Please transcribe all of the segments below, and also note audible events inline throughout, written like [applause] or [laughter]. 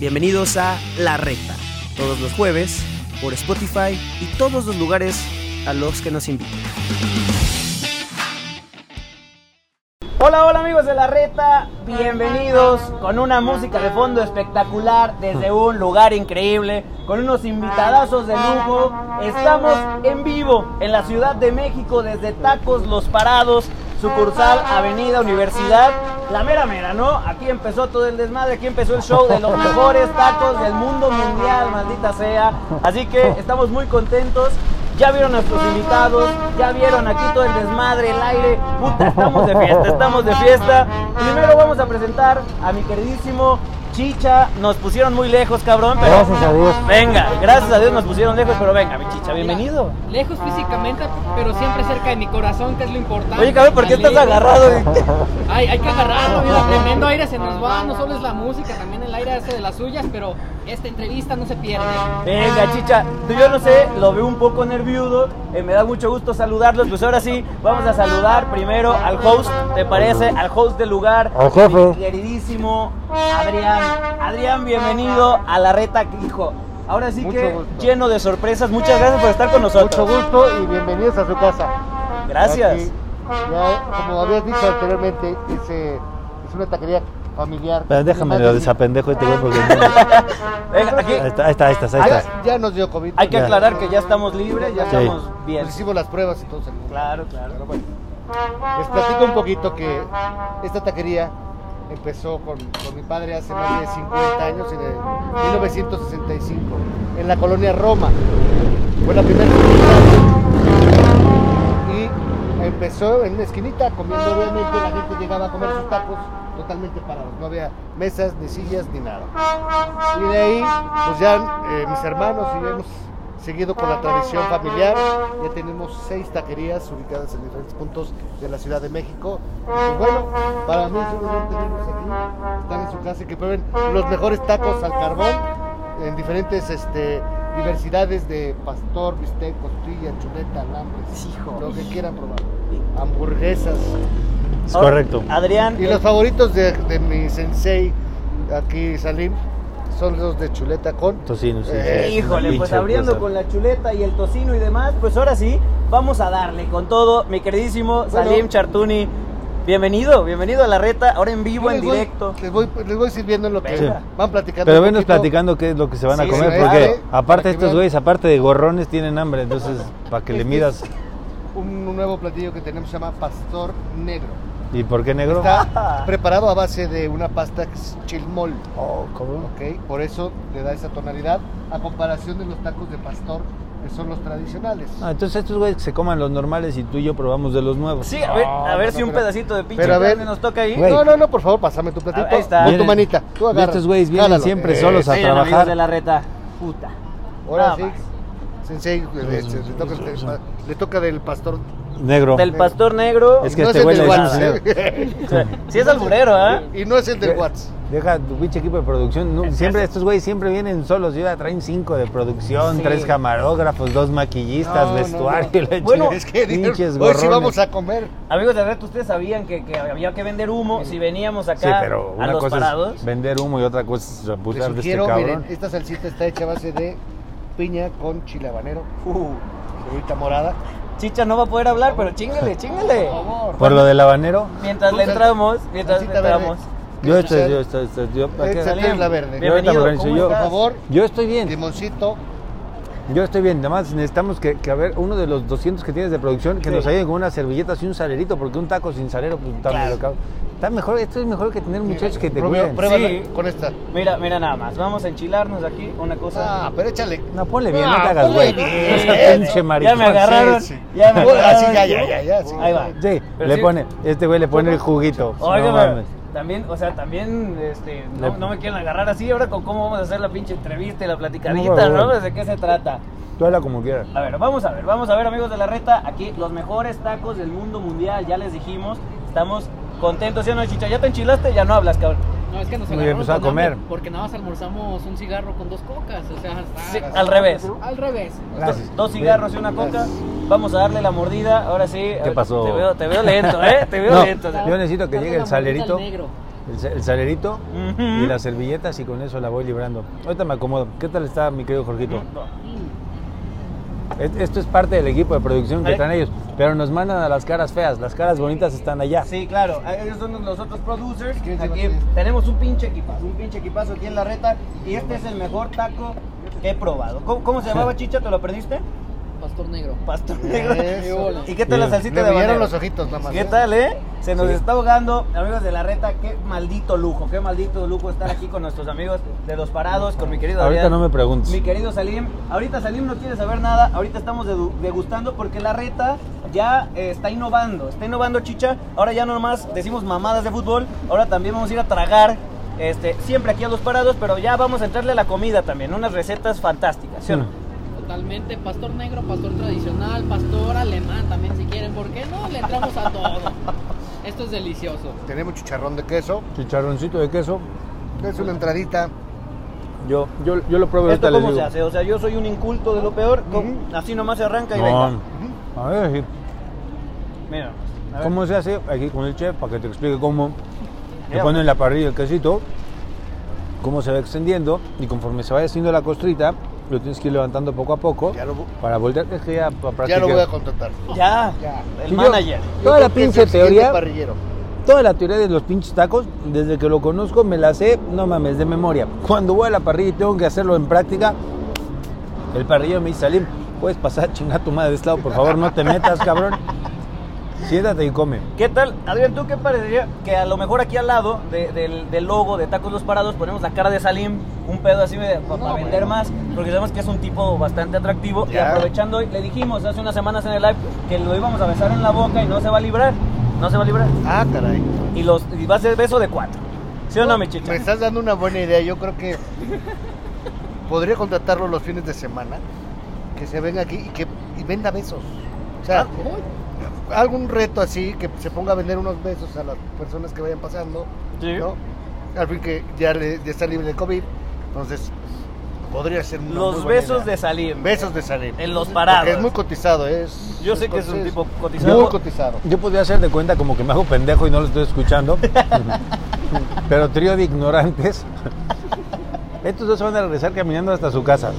Bienvenidos a La Recta, todos los jueves por Spotify y todos los lugares a los que nos invitan. Hola, hola amigos de La Reta, bienvenidos con una música de fondo espectacular desde un lugar increíble, con unos invitadazos de lujo. Estamos en vivo en la Ciudad de México desde Tacos Los Parados, sucursal Avenida Universidad. La mera mera, ¿no? Aquí empezó todo el desmadre, aquí empezó el show de los mejores tacos del mundo mundial, maldita sea. Así que estamos muy contentos. Ya vieron a nuestros invitados, ya vieron aquí todo el desmadre, el aire. Puta, estamos de fiesta, estamos de fiesta. Primero vamos a presentar a mi queridísimo Chicha. Nos pusieron muy lejos, cabrón, pero. Gracias a Dios. Venga, gracias a Dios nos pusieron lejos, pero venga, mi Chicha, bienvenido. Lejos físicamente, pero siempre cerca de mi corazón, que es lo importante. Oye, cabrón, ¿por qué estás Alegre. agarrado? Ay, hay que agarrarlo, Ah. mira, tremendo aire se nos va. No solo es la música, también el aire hace de las suyas, pero esta entrevista no se pierde. Ah. Ah. Venga, chicha, tú yo no sé, lo veo un poco nervioso, eh, me da mucho gusto saludarlos, pues ahora sí, vamos a saludar primero al host, ¿te parece? Al host del lugar, Al jefe. mi queridísimo Adrián. Adrián, bienvenido a la reta, hijo. Ahora sí Mucho que gusto. lleno de sorpresas, muchas gracias por estar con nosotros. Mucho gusto y bienvenidos a su casa. Gracias. Aquí, ya, como habías dicho anteriormente, es, eh, es una taquería familiar. Pero déjame, Además lo de- desapendejo este güey porque no. Venga, aquí Ahí está, ahí está, ahí está, ahí está. Ya, ya nos dio COVID. hay que Ya. aclarar que ya estamos libres, ya Sí. estamos bien. Nos hicimos las pruebas entonces. Claro, claro. Pero bueno, les platico un poquito que esta taquería empezó con, con mi padre hace más de 50 años, en el 1965, en la colonia Roma. Fue la primera y empezó en una esquinita comiendo obviamente la gente llegaba a comer sus tacos totalmente parados no había mesas ni sillas ni nada y de ahí pues ya eh, mis hermanos y yo hemos seguido con la tradición familiar ya tenemos seis taquerías ubicadas en diferentes puntos de la Ciudad de México y bueno para mí solamente tenerlos aquí están en su casa y que prueben los mejores tacos al carbón en diferentes este, diversidades de pastor, bistec, costilla, chuleta, alambres, Hijo. lo que quieran probar, hamburguesas. Es correcto. Ah, Adrián, Y los favoritos de, de mi sensei aquí Salim son los de chuleta con Tocino, sí. Eh, sí, Híjole, pinche pues abriendo cosa. con la chuleta y el tocino y demás, pues ahora sí, vamos a darle con todo, mi queridísimo Salim Chartuni. Bienvenido, bienvenido a la reta, ahora en vivo, Yo en les voy- directo. Les voy, les voy sirviendo en lo que Sí. van platicando. Pero un venos poquito. platicando qué es lo que se van a Sí, comer, sí, porque vale. Para aparte que estos vean. güeyes, aparte de gorrones, tienen hambre, entonces para que [laughs] le Este midas. Un, un nuevo platillo que tenemos se llama pastor negro. [laughs] ¿Y por qué negro? Está preparado a base de una pasta que es chilmol. Oh, cabrón. ¿ok? Por eso le da esa tonalidad a comparación de los tacos de pastor, que son los tradicionales. Ah, entonces estos güeyes que se coman los normales y tú y yo probamos de los nuevos. Sí, a ver, a ver no, si un pero- pedacito de pinche pero a ver- carne nos toca ahí. Güey. No, no, no, por favor, pásame tu platito. Ah, Ahí está. Con tu Vienen- manita. Tú agarra. estos güeyes vienen Jálalo. siempre Eh, solos a- Vengan, amigos trabajar. de la reta, puta. Ahora Nada sí. Sensei, le, le- le toca, le- le toca del pastor. Negro. Del pastor negro. Es que no este es güey el del le dicen Watts. [laughs] Sí es alburero, ¿eh? Y no es el del ¿Qué? Watts. Deja tu pinche equipo de producción. no, siempre estos güeyes siempre vienen solos. Yo ya traen cinco de producción, Sí. tres camarógrafos, dos maquillistas, No, no, vestuario. la Bueno, [laughs] chingada. Es que dijeron, Pinches hoy sí gorrones. vamos a comer. Amigos de la reta, ustedes sabían que, que había que vender humo si veníamos acá Sí, pero a una los cosa parados. es vender humo y otra cosa es Les abusar de este sugiero, miren, cabrón. esta salsita está hecha a base de piña con chile habanero, Uh, cebollita morada. chicha no va a poder hablar, pero [laughs] chingale, chingale. Por favor. Por lo del habanero, Mientras le Dulce- entramos, mientras le salsita verde. entramos. yo Quiero estoy, ser- yo estoy, estoy- yo, ¿para qué? Esa Salim, es la verde. Bienvenido, Yo ahorita, ¿cómo yo. Por estás? favor, Yo estoy bien, limoncito. yo estoy bien. Además, necesitamos que, que a ver, uno de los 200 que tienes de producción, que Sí. nos ayuden con unas servilletas y un salerito, porque un taco sin salero, pues está Claro. medio cabrón. Está mejor, esto es mejor que tener muchachos que te Prueba- cuiden. pruébala Sí. con esta. Mira, mira nada más. Vamos a enchilarnos aquí una cosa. [laughs] Ah, pero échale. No, ponle bien, no, te Ah, hagas güey. ponle No seas bien. pinche ya maricón. me agarraron. Ah, sí, sí. [laughs] Ya me Ahora agarraron. sí, ya, ya, ya, ya, sí. Ahí va. Sí, Pero le sí. pone, este güey le pone el juguito. Oiga, no mames. también, o sea, también, este, no, Le- no me quieren agarrar así. Ahora con cómo vamos a hacer la pinche entrevista y la No, platicadita, güey, ¿no? güey. ¿De qué se trata? Tú habla como quieras. A ver, vamos a ver, vamos a ver amigos de la reta, aquí los mejores tacos del mundo mundial, ya les dijimos, estamos contentos, ¿sí o no, Chicha? ¿Ya te enchilaste? Ya no hablas, cabrón. No, es que nos Muy bien, agarraron pues, a con hambre, comer. porque nada más almorzamos un cigarro con dos cocas, o sea, está- Sí, al revés. al revés. Gracias. Dos cigarros y una coca. Vamos a darle la mordida. Ahora sí. ¿Qué pasó? Te veo, te veo lento, ¿eh? Te veo [laughs] No, lento. yo necesito que Darle llegue la el mordida salerito. al negro. el, sa- el salerito Ujú. y las servilletas y con eso la voy librando. Ahorita me acomodo. ¿Qué tal está mi querido Jorgito? Es- Esto es parte del equipo de producción que Vale. traen ellos, pero nos mandan a las caras feas, las caras bonitas están allá. Sí, claro, Eh, ellos son los otros producers. ¿Qué les Aquí digo a ti? tenemos un pinche equipazo, un pinche equipazo aquí en la reta. Y este es el mejor taco que he probado. ¿Cómo, cómo se llamaba Chicha? ¿Te lo perdiste? Pastor negro. Pastor negro. Eso. ¿Y qué tal la Bien. salsita Le de brillaron habanero? los ojitos nada más. ¿Qué tal, eh? Se nos Sí. está ahogando, amigos de la reta. Qué maldito lujo, qué maldito lujo estar aquí con nuestros amigos de los parados, con mi querido Ahorita Adrián, no me preguntes. Mi querido Salim. Ahorita Salim no quiere saber nada. Ahorita estamos dedu- degustando porque la reta ya eh, está innovando. Está innovando, chicha. Ahora ya no nomás decimos mamadas de fútbol. Ahora también vamos a ir a tragar. Este, siempre aquí a los parados, pero ya vamos a entrarle a la comida también. Unas recetas fantásticas, ¿sí o no? Totalmente. Pastor negro, pastor tradicional, pastor alemán también si quieren. ¿Por qué no? Le entramos a todo. Esto es delicioso. Tenemos chicharrón de queso. Chicharroncito de queso. Es una entradita. Yo, yo, yo lo probé ahorita ¿Esto les cómo digo. se hace? O sea, yo soy un inculto de lo peor. ¿cómo? Ujú. Así nomás se arranca y venga. No, a ver, sí. Mira. a ver. ¿Cómo se hace aquí con el chef? Para que te explique cómo. Le Ya. pues. ponen en la parrilla el quesito, cómo se va extendiendo y conforme se vaya haciendo la costrita, lo tienes que ir levantando poco a poco Ya lo vo- para voltear. Es que ya para Ya practicar. lo voy a contratar. Ya, Ya. el Y yo- manager. Yo creo Toda la que es pinche el siguiente teoría. parrillero. Toda la teoría de los pinches tacos, desde que lo conozco, me la sé, no mames, de memoria. Cuando voy a la parrilla y tengo que hacerlo en práctica, el parrillero me dice, Salim, puedes pasar, chinga tu madre de este lado, por favor, no te metas, cabrón. Siéntate y come. ¿Qué tal? Adrián, ¿tú qué parecería? Que a lo mejor aquí al lado de- del, del logo de Tacos Los Parados ponemos la cara de Salim, un pedo así para No, vender bueno. más, porque sabemos que es un tipo bastante atractivo. Y Ya. aprovechando, hoy, le dijimos hace unas semanas en el live que lo íbamos a besar en la boca y no se va a librar. No se va a librar. Ah, caray. Y, los, y va a ser beso de cuatro. ¿Sí o no, mi chicha? Me estás dando una buena idea. Yo creo que podría contratarlo los fines de semana. Que se venga aquí y que y venda besos. O Ah, sea, algún reto así, que se ponga a vender unos besos a las personas que vayan pasando. Sí. ¿no? Al fin que ya, le- ya está libre de COVID. Entonces, podría ser una muy Los buena besos idea. de Salim. Besos de salir. En los parados. Porque es muy cotizado, ¿eh? es. Yo sé que es un tipo cotizado. Muy cotizado. Yo podría hacer de cuenta como que me hago pendejo y no lo [laughs] estoy escuchando. pero trío de ignorantes. Estos dos se van a regresar caminando hasta su casa.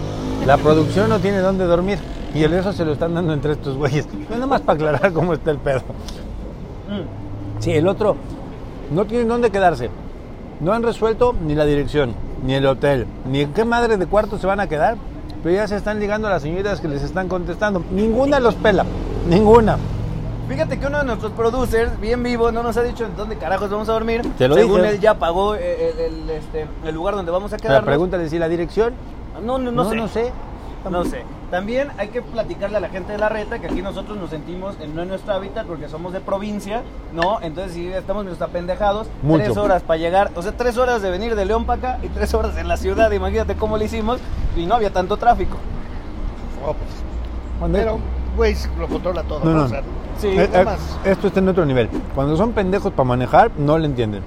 La producción no tiene dónde dormir. Y el eso se lo están dando entre estos güeyes. Nada más para aclarar cómo está el pedo. Mm. Sí, el otro no tienen dónde quedarse. No han resuelto ni la dirección, ni el hotel, ni en qué madre de cuarto se van a quedar. Pero ya se están ligando a las señoritas que les están contestando. Ninguna los pela. Ninguna. Fíjate que uno de nuestros producers, bien vivo, no nos ha dicho en dónde carajos vamos a dormir. Te lo Según dije. él ya pagó el, el- este, el lugar donde vamos a La quedarnos. pregúntale si la dirección No, no, no, No, sé. no sé. No sé. También hay que platicarle a la gente de la reta que aquí nosotros nos sentimos en, no en nuestro hábitat porque somos de provincia, ¿no? Entonces sí estamos medio apendejados. Mucho. Tres horas para llegar, o sea, tres horas de venir de León para acá y tres horas en la ciudad. Imagínate cómo le hicimos y no había tanto tráfico. Oh, pues, Cuando- Pero, güey, lo controla todo. No, ¿no? no. O sea, Sí, Eh, nada eh, más. esto está en otro nivel. Cuando son pendejos para manejar, no le entienden.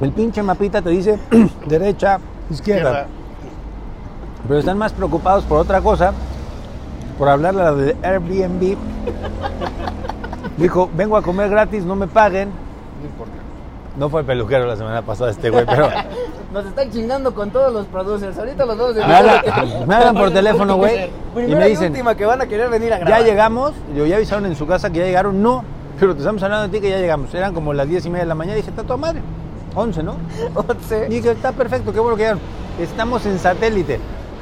El pinche mapita te dice [clears throat] derecha, izquierda. Tierra. Pero están más preocupados por otra cosa, por hablarle a la de Airbnb. Dijo, vengo a comer gratis, no me paguen. No importa. No fue peluquero la semana pasada este güey, pero Nos están chingando con todos los producers. Ahorita los vamos a me hablan, [laughs] me hablan por teléfono, güey. Y Primera me y, dicen, última que van a querer venir a Ya grabar. llegamos, yo ya avisaron en su casa que ya llegaron, no, pero te estamos hablando de ti que ya llegamos. Eran como las 10 y media de la mañana, dije, está toda madre, 11, ¿no? [laughs] Once. Dije, está perfecto, qué bueno que llegaron. Estamos en satélite.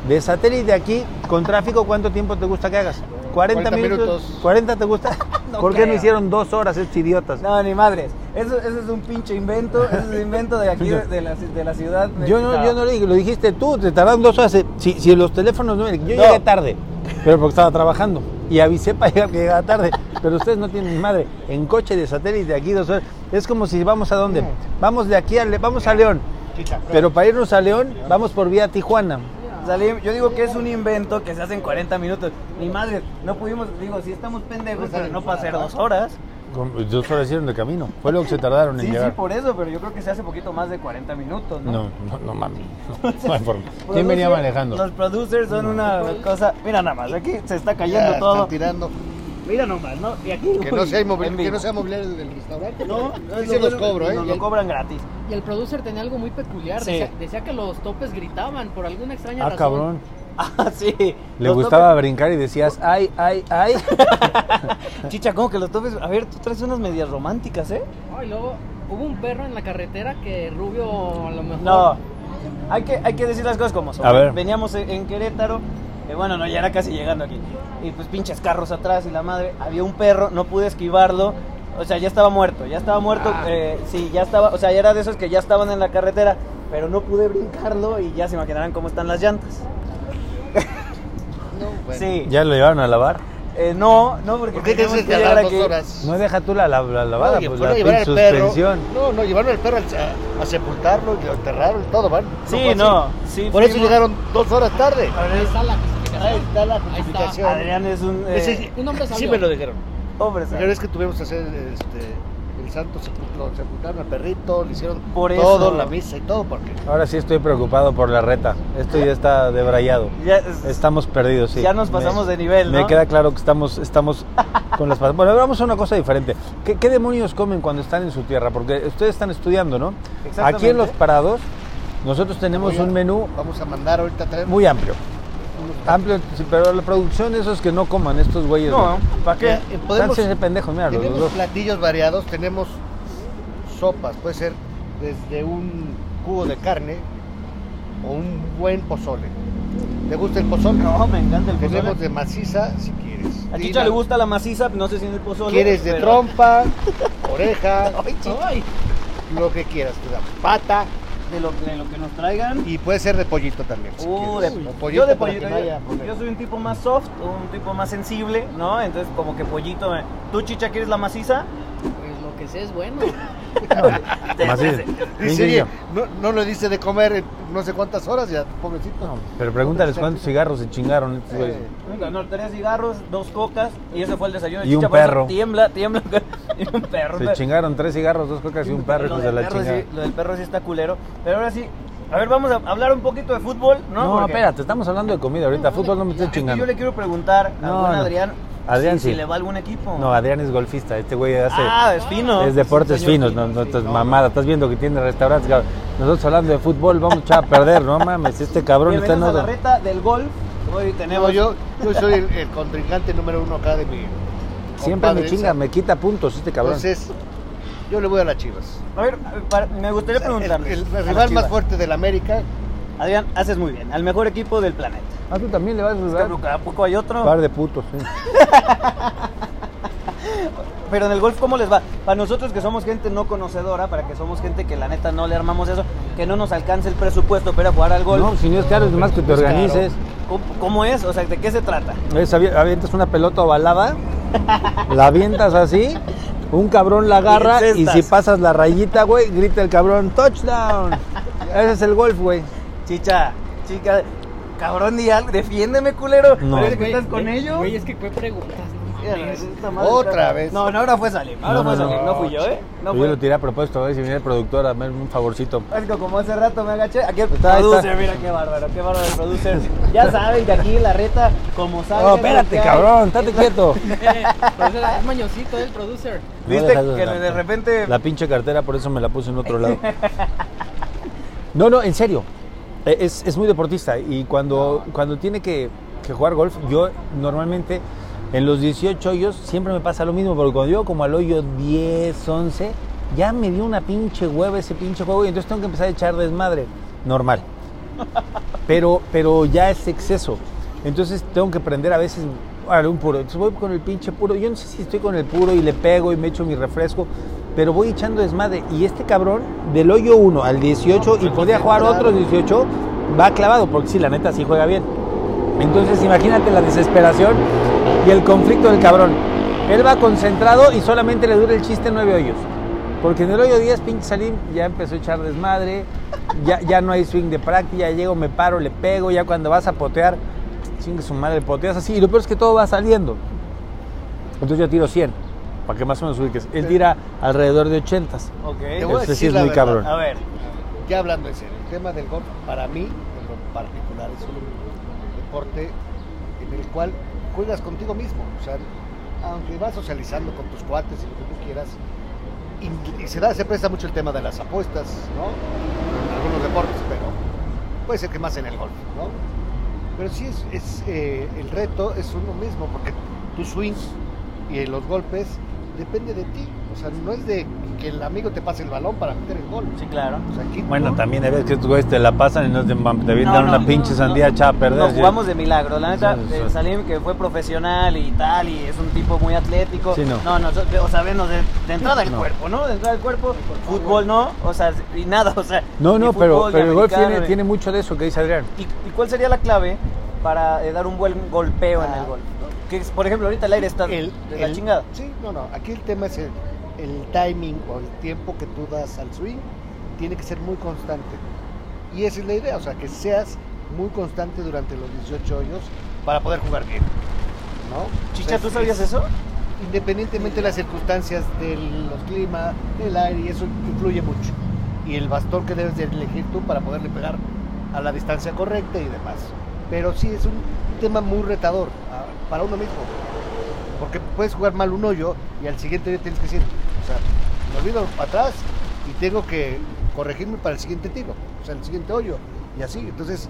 De satélite aquí, con tráfico, ¿cuánto tiempo te gusta que hagas? 40, 40 minutos, minutos. 40 te gusta. [laughs] No ¿Por qué no creo. hicieron dos horas estos idiotas? No, ni madres. Eso, eso es un pinche invento. Eso es un invento de [laughs] aquí, de, de la, de la ciudad. Yo no, yo no lo dije, lo dijiste tú, te tardaron dos horas. eh, Si, si los teléfonos no. Yo No. llegué tarde, pero porque estaba trabajando. Y avisé para llegar que llegaba tarde. Pero ustedes no tienen madre. En coche de satélite aquí dos horas. Es como si vamos a dónde. Vamos de aquí a, Le- vamos a León. Chicha, prueba. Pero para irnos a León, vamos por vía Tijuana. Salim, yo digo que es un invento que se hace en 40 minutos. Ni madre, no pudimos, digo, si estamos Pues, pendejos, pero no para hacer dos horas. Con- pues, Dos horas hicieron de camino. Fue lo que se tardaron en Sí, sí, llegar. por eso, pero yo creo que se hace poquito más de 40 minutos, ¿no? No, no, no mames. No, [laughs] no hay forma. Producer- ¿Quién venía manejando? Los producers son una cosa. Mira nada más, aquí se está Ya, cayendo están todo. tirando. Mira nomás, ¿no? Y aquí, Que güey, no sea, inmobiliario- en que vivo. no sea mobiliario del restaurante. Ah, No, Sí es se lo los bueno, cobro, ¿eh? Nos lo cobran gratis. [laughs] Y el producer tenía algo muy peculiar. Sí. Decía, decía que los topes gritaban por alguna extraña Ah, razón. cabrón. Ah, sí. Le Los gustaba brincar y decías, "Ah, ay, ay, ay. topes- [laughs] Chicha, ¿cómo que los topes? A ver, tú traes unas medias románticas, ¿eh? No, Ah, y luego hubo un perro en la carretera que Rubio a lo mejor. No, hay que, hay que decir las cosas como son. A ver. Veníamos en, en Querétaro, eh, bueno, no, ya era casi llegando aquí. Y pues pinches carros atrás y la madre. Había un perro, no pude esquivarlo. O sea, ya estaba muerto, ya estaba muerto. Ah. eh, sí, ya estaba, o sea, ya era de esos que ya estaban en la carretera, pero no pude brincarlo y ya se imaginarán cómo están las llantas. No, bueno. Sí. ¿Ya lo llevaron a lavar? Eh, no, no, porque ¿Por qué tienes teníamos que que llegar tardar dos aquí. horas? No deja tú la, la- la lavada, Oye, pues fueron la a llevar pinche al perro. suspensión. No, no, llevaron al perro a, a sepultarlo y lo enterraron y todo, ¿van? Sí, fue así. no, sí, Por eso fuimos. llegaron dos horas tarde. Ahí está la justificación. Ahí está la Ahí está. justificación. Adrián es un eh, Ese- un hombre Sí sabio. me lo dijeron. hombre, La ¿sabes? vez que tuvimos que hacer este, el santo sepulcro, sepultaron al perrito, le hicieron Por todo, eso. la misa y todo, porque Ahora sí estoy preocupado por la reta. Esto ya está debrayado. Ya es- Estamos perdidos, sí. Ya nos Me- pasamos de nivel, ¿no? Me queda claro que estamos, estamos con las patas. Bueno, ahora vamos a una cosa diferente. ¿Qué, qué demonios comen cuando están en su tierra? Porque ustedes están estudiando, ¿no? Exactamente. Aquí en Los Parados, nosotros tenemos Voy a- un menú vamos a mandar ahorita a traer muy amplio. Amplio, sí, pero la producción, esos que no coman, estos güeyes. No, ¿para qué? Ya, eh, podemos- ese pendejo, mira, los [laughs] Tenemos dos. platillos variados, tenemos sopas, puede ser desde un cubo de carne o un buen pozole. ¿Te gusta el pozole? No, me encanta el pozole. Tenemos de maciza si quieres. A Y Chicha la- le gusta la maciza, no sé si en el pozole. ¿Quieres de pero- [laughs] trompa, oreja, Ay, lo que quieras? te da Pata De lo, de lo que nos traigan. y puede ser de pollito también. si Uh, quieres. de- O yo de para que pollito. no haya Yo, problema. yo soy un tipo más soft, un tipo más sensible, ¿no? Entonces, como que pollito. me- ¿Tú, Chicha, quieres la maciza? pues lo que sé es bueno. Más bien. Dice, Niño. oye, no, no le dice de comer en no sé cuántas horas ya, pobrecito. Pero pregúntales cuántos cigarros se chingaron estos güeyes. Eh, Venga, no, tres cigarros, dos cocas y ese fue el desayuno. de Y un Chicha, por eso perro. Tiembla, tiembla. [laughs] y un perro. Se chingaron tres cigarros, dos cocas y un perro, lo, hijos de del la perro chingada. sí, lo del perro sí está culero. Pero ahora sí, a ver, vamos a hablar un poquito de fútbol, ¿no? No, Porque- espérate, estamos hablando de comida ahorita. Fútbol no me estés Es que chingando. yo le quiero preguntar a No, buen no. Adrián, Adrián si, si sí. le va a algún equipo. No, Adrián es golfista. Este güey hace. Ah, es fino. es deportes es un señor finos, no, fino, no sí, estás no. mamada. Estás viendo que tiene restaurantes. cabrón. Nosotros hablando de fútbol, vamos a echar a perder, no mames. Este cabrón está en Bienvenidos a la otro. reta del golf. Hoy tenemos No, yo, yo soy el, el contrincante número uno acá de mi. Siempre me compadre chinga, Isa. me quita puntos este cabrón. Entonces, yo le voy a las chivas. A ver, a ver, para- me gustaría preguntarle. El, el a la rival Chivas. más fuerte del América, Adrián, haces muy bien. Al mejor equipo del planeta. ah, tú también le vas a Es que, ayudar. pero cada poco hay otro. Par de putos, sí. Pero en el golf, ¿cómo les va? Para nosotros que somos gente no conocedora, para que somos gente que la neta no le armamos eso, que no nos alcance el presupuesto para jugar al golf. Pues, No, si no es caro, es más que te Es caro. organices. ¿Cómo, cómo es? O sea, ¿de qué se trata? Es, avi- avientas una pelota ovalada, la avientas así, un cabrón la agarra y Encestas. si pasas la rayita, güey, grita el cabrón, touchdown. Ese es el golf, güey. Chicha, chica, cabrón, di algo. Defiéndeme, culero. No. Parece que Güey, estás con güey, ellos. Güey, es que fue preguntas. no mames. Otra vez. No, no, ahora fue Salim. Ahora No, fue no, no. Salim, no fui yo, ¿eh? No yo fue. lo tiré a propósito, a ver si viene el productor a darme un favorcito. Es que como hace rato me agaché, aquí el Está, producer, está. mira qué bárbaro, qué bárbaro el producer. Ya saben que aquí la reta, como saben. No, espérate, cabrón, estate quieto. Producer, es mañosito el producer. Viste No dejas que la- de repente- La pinche cartera, por eso me la puse en otro lado. [laughs] No, no, en serio. Eh, Es, es muy deportista y cuando, cuando tiene que, que jugar golf, yo normalmente en los 18 hoyos siempre me pasa lo mismo, porque cuando llego como al hoyo 10, 11, ya me dio una pinche hueva ese pinche juego y entonces tengo que empezar a echar desmadre. Normal pero, pero ya es exceso. Entonces tengo que prender a veces ahora, un puro. Entonces voy con el pinche puro. Yo no sé si estoy con el puro y le pego y me echo mi refresco, pero voy echando desmadre. Y este cabrón, del hoyo 1 al 18, y podía jugar otros 18, va clavado, porque sí, la neta sí juega bien. Entonces imagínate la desesperación y el conflicto del cabrón. Él va concentrado y solamente le dura el chiste nueve hoyos. Porque en el hoyo 10, pinche Salim ya empezó a echar desmadre, ya, ya no hay swing de práctica, ya llego, me paro, le pego, ya cuando vas a potear, chingue su madre, poteas así. Y lo peor es que todo va saliendo. Entonces yo tiro 100, para que más o menos ubiques. Él tira alrededor de 80. Ok. Te voy a Entonces Este sí decir es la muy verdad. cabrón. A ver, ya hablando en serio, el tema del golf, para mí, en lo particular, es un deporte en el cual juegas contigo mismo. O sea, aunque vas socializando con tus cuates y lo que tú quieras, y, y se, da, se presta mucho el tema de las apuestas, ¿no? En algunos deportes, pero puede ser que más en el golf, ¿no? Pero sí es, es, eh, el reto es uno mismo, porque tu swing y los golpes depende de ti. O sea, no es de que el amigo te pase el balón para meter el gol. Sí, claro. O sea, Pues aquí Bueno, tú- también hay veces que estos güeyes te la pasan y no te, van- te No, avientan no, una no, pinche no, sandía no. echada a perder. No, jugamos de milagro. La neta, Sí, sí, eh, sí. Salim, que fue profesional y tal, y es un tipo muy atlético. Sí, no. no, so- de- o sea, venos de, de entrada del No. cuerpo, ¿no? De entrada del cuerpo, fútbol no, o sea, y nada, o sea. No, ni no, fútbol, pero, ni pero el golf americano, tiene, ni- tiene mucho de eso que dice Adrián. ¿Y, y cuál sería la clave para eh, dar un buen golpeo en el golf? Que, es, por ejemplo, ahorita el aire está Ah. el- de la el- chingada. Sí, no, no. Aquí el tema es el, el timing o el tiempo que tú das al swing tiene que ser muy constante. Y esa es la idea, o sea, que seas muy constante durante los 18 hoyos para poder jugar bien. ¿no? Chicha, Es- ¿tú sabías es- eso? Independientemente de las circunstancias de los climas, del aire, y eso influye mucho. Y el bastón que debes de elegir tú para poderle pegar a la distancia correcta y demás. Pero sí es un tema muy retador ah, para uno mismo. Porque puedes jugar mal un hoyo y al siguiente día tienes que decir, o sea, me olvido para atrás y tengo que corregirme para el siguiente tiro, o sea, el siguiente hoyo. Y así, entonces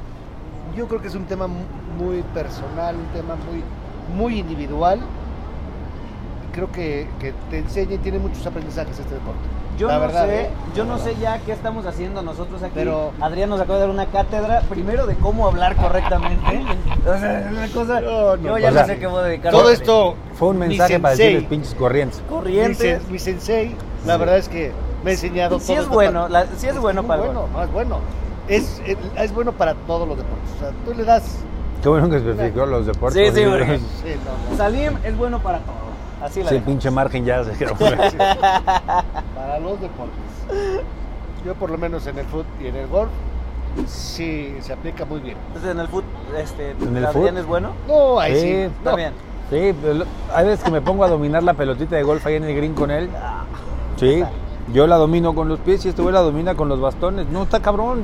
yo creo que es un tema mu- muy personal, un tema muy, muy individual. Y Creo que, que te enseña y tiene muchos aprendizajes este deporte. Yo La no verdad, sé, ¿eh? yo La no sé verdad. ya qué estamos haciendo nosotros aquí. Pero- Adrián nos acaba de dar una cátedra, primero de cómo hablar [laughs] correctamente. o sea, es una cosa. No, no, yo ya o no sea, sé qué voy a dedicar. Todo esto, Fue un Mi mensaje para sensei. decirles pinches corrientes. mi, sen- corrientes. mi sensei, la Sí. verdad es que me ha enseñado Sí todo es esto bueno, para- la- sí es bueno muy para el bueno, golf. no, es bueno. Es, es, es bueno para todos los deportes. O sea, tú le das. Qué bueno que especificó los deportes. Sí, sí, porque- [laughs] porque- Sí, no, no. Salim es bueno para todo. Así la Sí, el dejo. pinche margen ya se [laughs] quedó. fuera. para los deportes. Yo por lo menos en el fútbol y en el golf sí se aplica muy bien. Entonces en el fútbol, este, ¿En el Adrián fut? es bueno. No, ahí sí. Sí, no. Está bien. Sí, pero lo- hay veces que me pongo a dominar la pelotita de golf ahí en el green con él. Ah, Sí, yo la domino con los pies y este güey la domina con los bastones. No, está cabrón.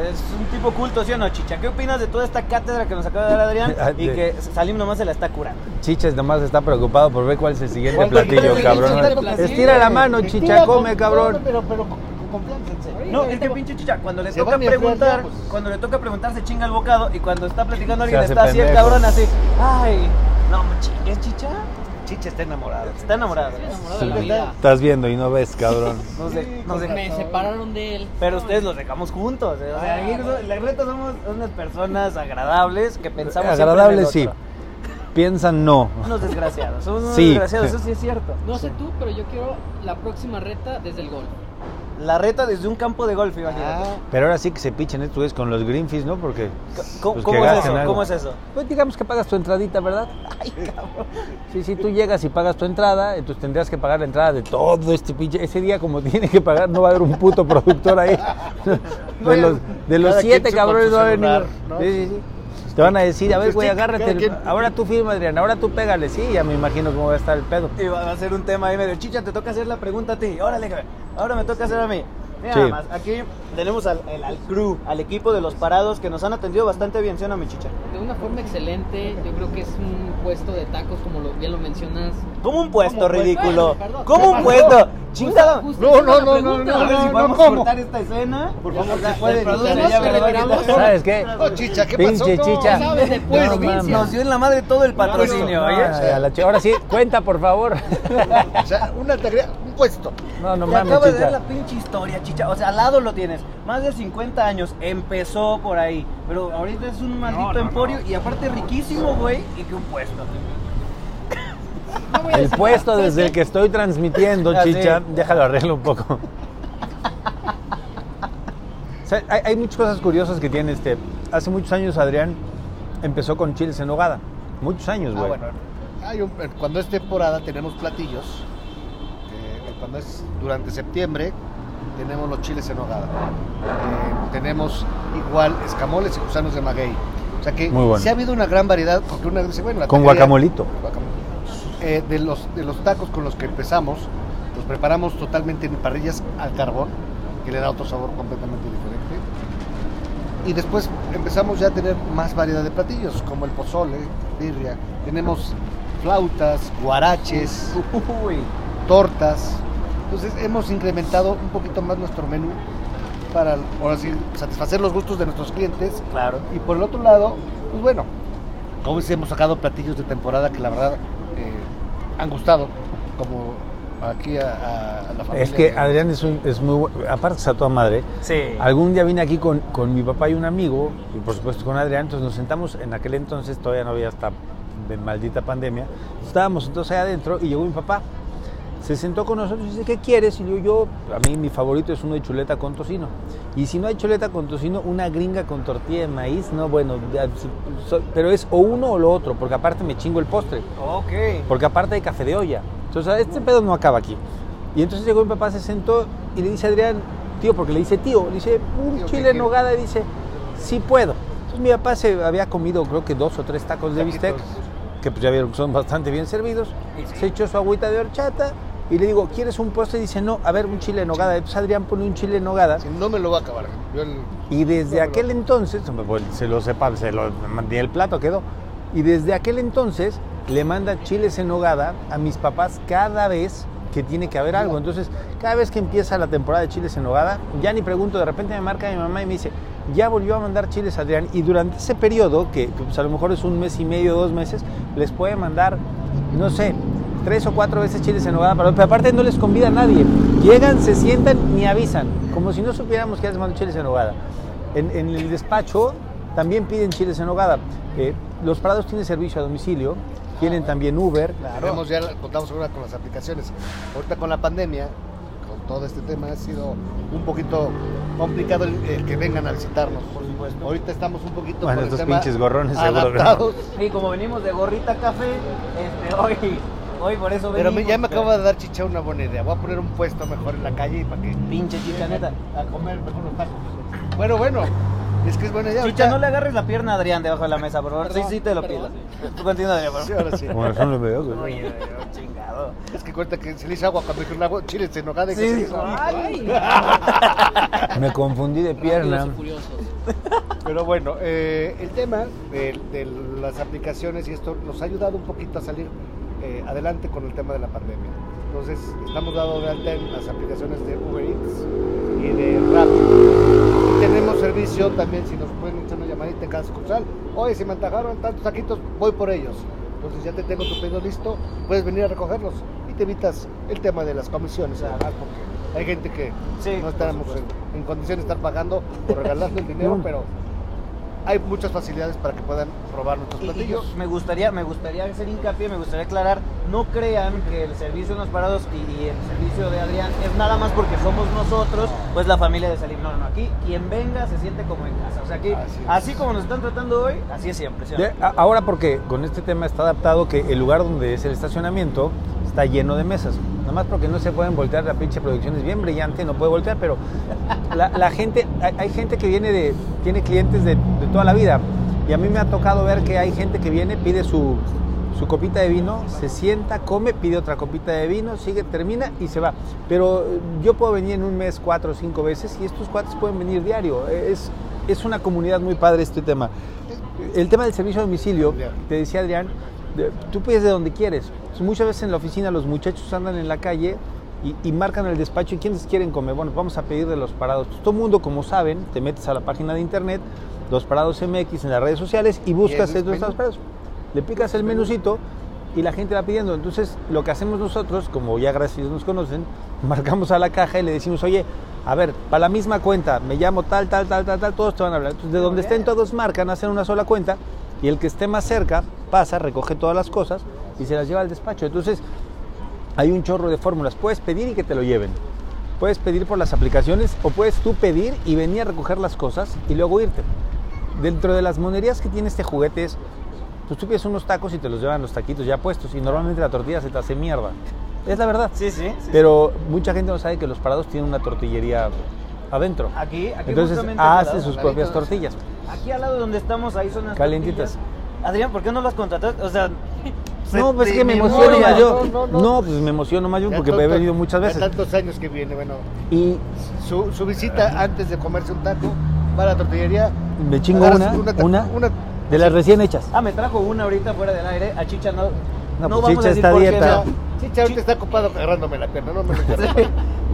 Es un tipo culto, ¿sí o no, Chicha? ¿Qué opinas de toda esta cátedra que nos acaba de dar [laughs] Adrián Ah, y de- que Salim nomás se la está curando? Chiches nomás está preocupado por ver cuál es el siguiente ¿Cuál es el Este platillo, siguiente cabrón. Este platillo? Estira la mano, Estira chicha, con- come, cabrón. Pero, pero con con confianza, en serio. No, es que pinche chicha, cuando le Se toca van a enfriar preguntar, ya, pues. cuando le toca preguntar se chinga el bocado y cuando está platicando alguien hace está así el pendejo. cabrón así, ay, no me chingues chicha, Chicha está enamorado. está enamorado. Estoy enamorado Sí. de la vida. Estás viendo y no ves, cabrón. Nos de- Sí, nos de- con Me razón. separaron de él. pero ustedes los dejamos juntos, eh, o sea, Ah, aquí so- la reta somos unas personas agradables que pensamos siempre en el Eh, Agradable sí. otro. Piensan no. Unos desgraciados, somos unos Sí. desgraciados, eso sí es cierto. No sé tú, pero yo quiero la próxima reta desde el gol. La reta desde un campo de golf, imagínate. Ah, Pero ahora sí que se pichen estos güeyes con los greenfish, ¿no? Porque. ¿Cómo, pues, que cómo es gasten eso? algo. ¿Cómo es eso? Pues digamos que pagas tu entradita, ¿verdad? [laughs] Ay, cabrón. Sí, sí, tú llegas y pagas tu entrada, entonces tendrías que pagar la entrada de todo este pinche. Ese día, como [laughs] tiene que pagar, no va a haber un puto [laughs] productor ahí. De los, de los Cada quien siete su- cabrones con su no va a haber celular, ninguno. ¿no? Sí, sí, sí. Te van a decir, a ver, güey, Cada agárrate. el- quien- Ahora tú firma, Adrián, ahora tú pégale. Sí, ya me imagino cómo va a estar el pedo. Y va va a ser un tema ahí medio chicha, te toca hacer la pregunta a ti. Órale, cabrón. ahora me toca hacer a mí. Mira Sí. nada más, aquí tenemos al, al- al crew, al equipo de los parados que nos han atendido bastante bien, ¿sí o no, mi chicha? De una forma excelente, yo creo que es un puesto de tacos, como lo, bien lo mencionas. Como un puesto, ¿Cómo un puesto? ridículo. Bueno, perdón, Como ¿qué un pasó? puesto. Justo- Chingada. justo No, esa no, es la no, pregunta. no, A ver si no, podemos ¿cómo? cortar esta escena. Por favor, O sea, se puede el productor evitar. ya me lo va a ¿Retiramos? quitar. ¿Sabes qué? no, chicha, ¿qué pasó? Pinche No, chicha. no, sabes de pueblo, No, mames. Nos dio en la madre todo el patrocinio, No, ¿oye? a la chi- Ahora sí, cuenta, por favor. O sea, una tarea, un puesto. No, no Te mames, acabas de ver chicha. la pinche historia, chicha. O sea, al lado lo tienes. Más de 50 años. Empezó por ahí. Pero ahorita es un maldito emporio. Y aparte riquísimo, güey. Y que un puesto. No voy a El decir puesto nada. desde el que estoy transmitiendo, Ah, sí. chicha, déjalo arreglo un poco. [laughs] O sea, hay, hay muchas cosas curiosas que tiene este. Hace muchos años Adrián empezó con chiles en hogada. Muchos años, Ah, güey. bueno, hay un- eh, cuando es temporada tenemos platillos. eh, cuando es durante septiembre tenemos los chiles en hogada. Eh, tenemos igual escamoles y gusanos de maguey. O sea que Muy bueno. sí ha habido una gran variedad, porque una dice, bueno, la Con taquería- guacamolito. guacamole. Eh, de, los, de los tacos con los que empezamos, los preparamos totalmente en parrillas al carbón, que le da otro sabor completamente diferente. Y después empezamos ya a tener más variedad de platillos, como el pozole, birria. Tenemos flautas, guaraches, Uy. tortas. Entonces hemos incrementado un poquito más nuestro menú para ahora sí, satisfacer los gustos de nuestros clientes. Claro. Y por el otro lado, pues bueno, como si hemos sacado platillos de temporada que la verdad eh, han gustado, como aquí a, a- a la familia. Es que Adrián es, un- es muy bueno. Aparte, está toda madre. Sí. Algún día vine aquí con, con mi papá y un amigo, y por supuesto con Adrián, entonces nos sentamos, en aquel entonces todavía no había esta de maldita pandemia, estábamos entonces allá adentro y llegó mi papá, se sentó con nosotros y dice, ¿qué quieres? Y yo, yo, a mí mi favorito es uno de chuleta con tocino, y si no hay chuleta con tocino, una gringa con tortilla de maíz, no, bueno, ya, so- so- pero es o uno o lo otro, porque aparte me chingo el postre. Ok. Porque aparte hay café de olla. Entonces, este pedo no acaba aquí. Y entonces llegó mi papá, se sentó y le dice a Adrián, tío, porque le dice tío, le dice, un Tío, ¿qué chile en quiere? nogada, y dice, sí puedo. Entonces mi papá se había comido creo que dos o tres tacos de bistec, que pues ya vieron que son bastante bien servidos. Se echó su agüita de horchata y le digo, ¿quieres un postre? Y dice, no, a ver, un chile en nogada. Entonces Adrián pone un chile en nogada. Si no me lo va a acabar. Yo el- Y desde No, aquel entonces, hombre, pues, se lo sepa, se lo ni el plato quedó. Y desde aquel entonces le manda chiles en nogada a mis papás cada vez que tiene que haber algo. Entonces, cada vez que empieza la temporada de chiles en nogada, ya ni pregunto, de repente me marca mi mamá y me dice, ya volvió a mandar chiles a Adrián. Y durante ese periodo, que que, pues, a lo mejor es un mes y medio, dos meses, les puede mandar, no sé, tres o cuatro veces chiles en nogada. Pero pero aparte no les convida a nadie. Llegan, se sientan, ni avisan. Como si no supiéramos que les mandó chiles en nogada. En, en el despacho también piden chiles en hogada. Eh, los Prados tienen servicio a domicilio, tienen también Uber. Tenemos ya, la- contamos ahora con las aplicaciones. Ahorita con la pandemia, con todo este tema, ha sido un poquito complicado el, el que vengan a visitarnos. Por supuesto. Ahorita estamos un poquito Bueno, por el estos tema pinches gorrones seguro que no. adaptados. Y como venimos de gorrita café, este, [laughs] hoy, hoy por eso Pero venimos. me- ya me acaba de dar chicha una buena idea. Voy a poner un puesto mejor en la calle para que Pinche chicha, neta. a comer mejor los tacos. Bueno, bueno, es que es buena idea. Chicha, Ahorita- no le agarres la pierna a Adrián debajo de la mesa, por favor. Perdón, sí, sí, te lo pido. perdón. Tú continúa, Adrián, por Sí, favor. ahora sí. Bueno, son los videos, güey. Oye, pero chingado. Es que cuenta que se le hizo agua cuando dijo un agua, chile se enojada. y que Sí, se le dijo, hizo agua. ay. [laughs] Me confundí de pierna. Rápidos y furiosos. Pero bueno, eh, el tema de, de las aplicaciones y esto nos ha ayudado un poquito a salir eh, adelante con el tema de la pandemia. Entonces, estamos dado de alta en las aplicaciones de Uber Eats y de Rappi. Y Tenemos servicio también, si nos pueden echar una llamadita en cada sucursal. Oye, si me antajaron tantos taquitos, voy por ellos. Entonces ya te tengo tu pedido listo, puedes venir a recogerlos y te evitas el tema de las comisiones, además, porque hay gente que Sí, no por estábamos en, supuesto. en condiciones de estar pagando o regalando el dinero, [laughs] No. pero hay muchas facilidades para que puedan robar nuestros Y- y platillos. yo me gustaría, me gustaría hacer hincapié, me gustaría aclarar, no crean que el servicio de los parados y, y el servicio de Adrián es nada más porque somos nosotros, pues la familia de Salim. No, no, aquí quien venga se siente como en casa. O sea, aquí, Así así, es. como nos están tratando hoy, así es siempre. ¿sí o no? Ya, a- Ahora porque con este tema está adaptado que el lugar donde es el estacionamiento está lleno de mesas. Nada más porque no se pueden voltear, la pinche producción es bien brillante, no puede voltear, pero la, la gente, hay, hay gente que viene de, tiene clientes de, de toda la vida. Y a mí me ha tocado ver que hay gente que viene, pide su, su copita de vino, se sienta, come, pide otra copita de vino, sigue, termina y se va. Pero eh, yo puedo venir en un mes cuatro o cinco veces y estos cuates pueden venir diario. Es, es una comunidad muy padre este tema. El tema del servicio a domicilio, te decía Adrián, de- tú pides de donde quieres. Entonces, muchas veces en la oficina los muchachos andan en la calle y, y marcan el despacho y ¿quiénes quieren comer? Bueno, vamos a pedir de los parados. Entonces, todo el mundo, como saben, te metes a la página de internet, los parados MX en las redes sociales y buscas el estos menú? parados. Le picas el menucito y la gente va pidiendo. Entonces, lo que hacemos nosotros, como ya gracias a Dios nos conocen, [laughs] marcamos a la caja y le decimos, oye, a ver, para la misma cuenta, me llamo tal, tal, tal, tal, tal, todos te van a hablar. Entonces, de donde estén todos marcan, hacen una sola cuenta y el que esté más cerca pasa, recoge todas las cosas y se las lleva al despacho. Entonces, hay un chorro de fórmulas. Puedes pedir y que te lo lleven. Puedes pedir por las aplicaciones o puedes tú pedir y venir a recoger las cosas y luego irte. Dentro de las monerías que tiene este juguete es, pues tú pides unos tacos y te los llevan los taquitos ya puestos y normalmente la tortilla se te hace mierda. Es la verdad. Sí, sí. sí. Pero mucha gente no sabe que los parados tienen una tortillería adentro. Aquí, aquí Entonces justamente al hace lado, sus al propias ladito, tortillas. Aquí al lado donde estamos, ahí son las Calientitas. tortillas. Adrián, ¿por qué no las contrataste? O [laughs] sea, se No, pues es te que me memoria. emociono más yo. no, No, no. pues me emociono más yo Ya porque he tanto- venido muchas ya veces. tantos años que viene, bueno, Y su, su visita antes de comerse un taco va a la tortillería. me chingo agarras una, ta- [laughs] una, de las recién hechas. Ah, me trajo una ahorita fuera del aire. A Chicha no. No, No pues vamos a Chicha decir está por qué, dieta. no. Chicha ahorita está ocupado agarrándome la pierna, no me lo [laughs] interesa. Sí.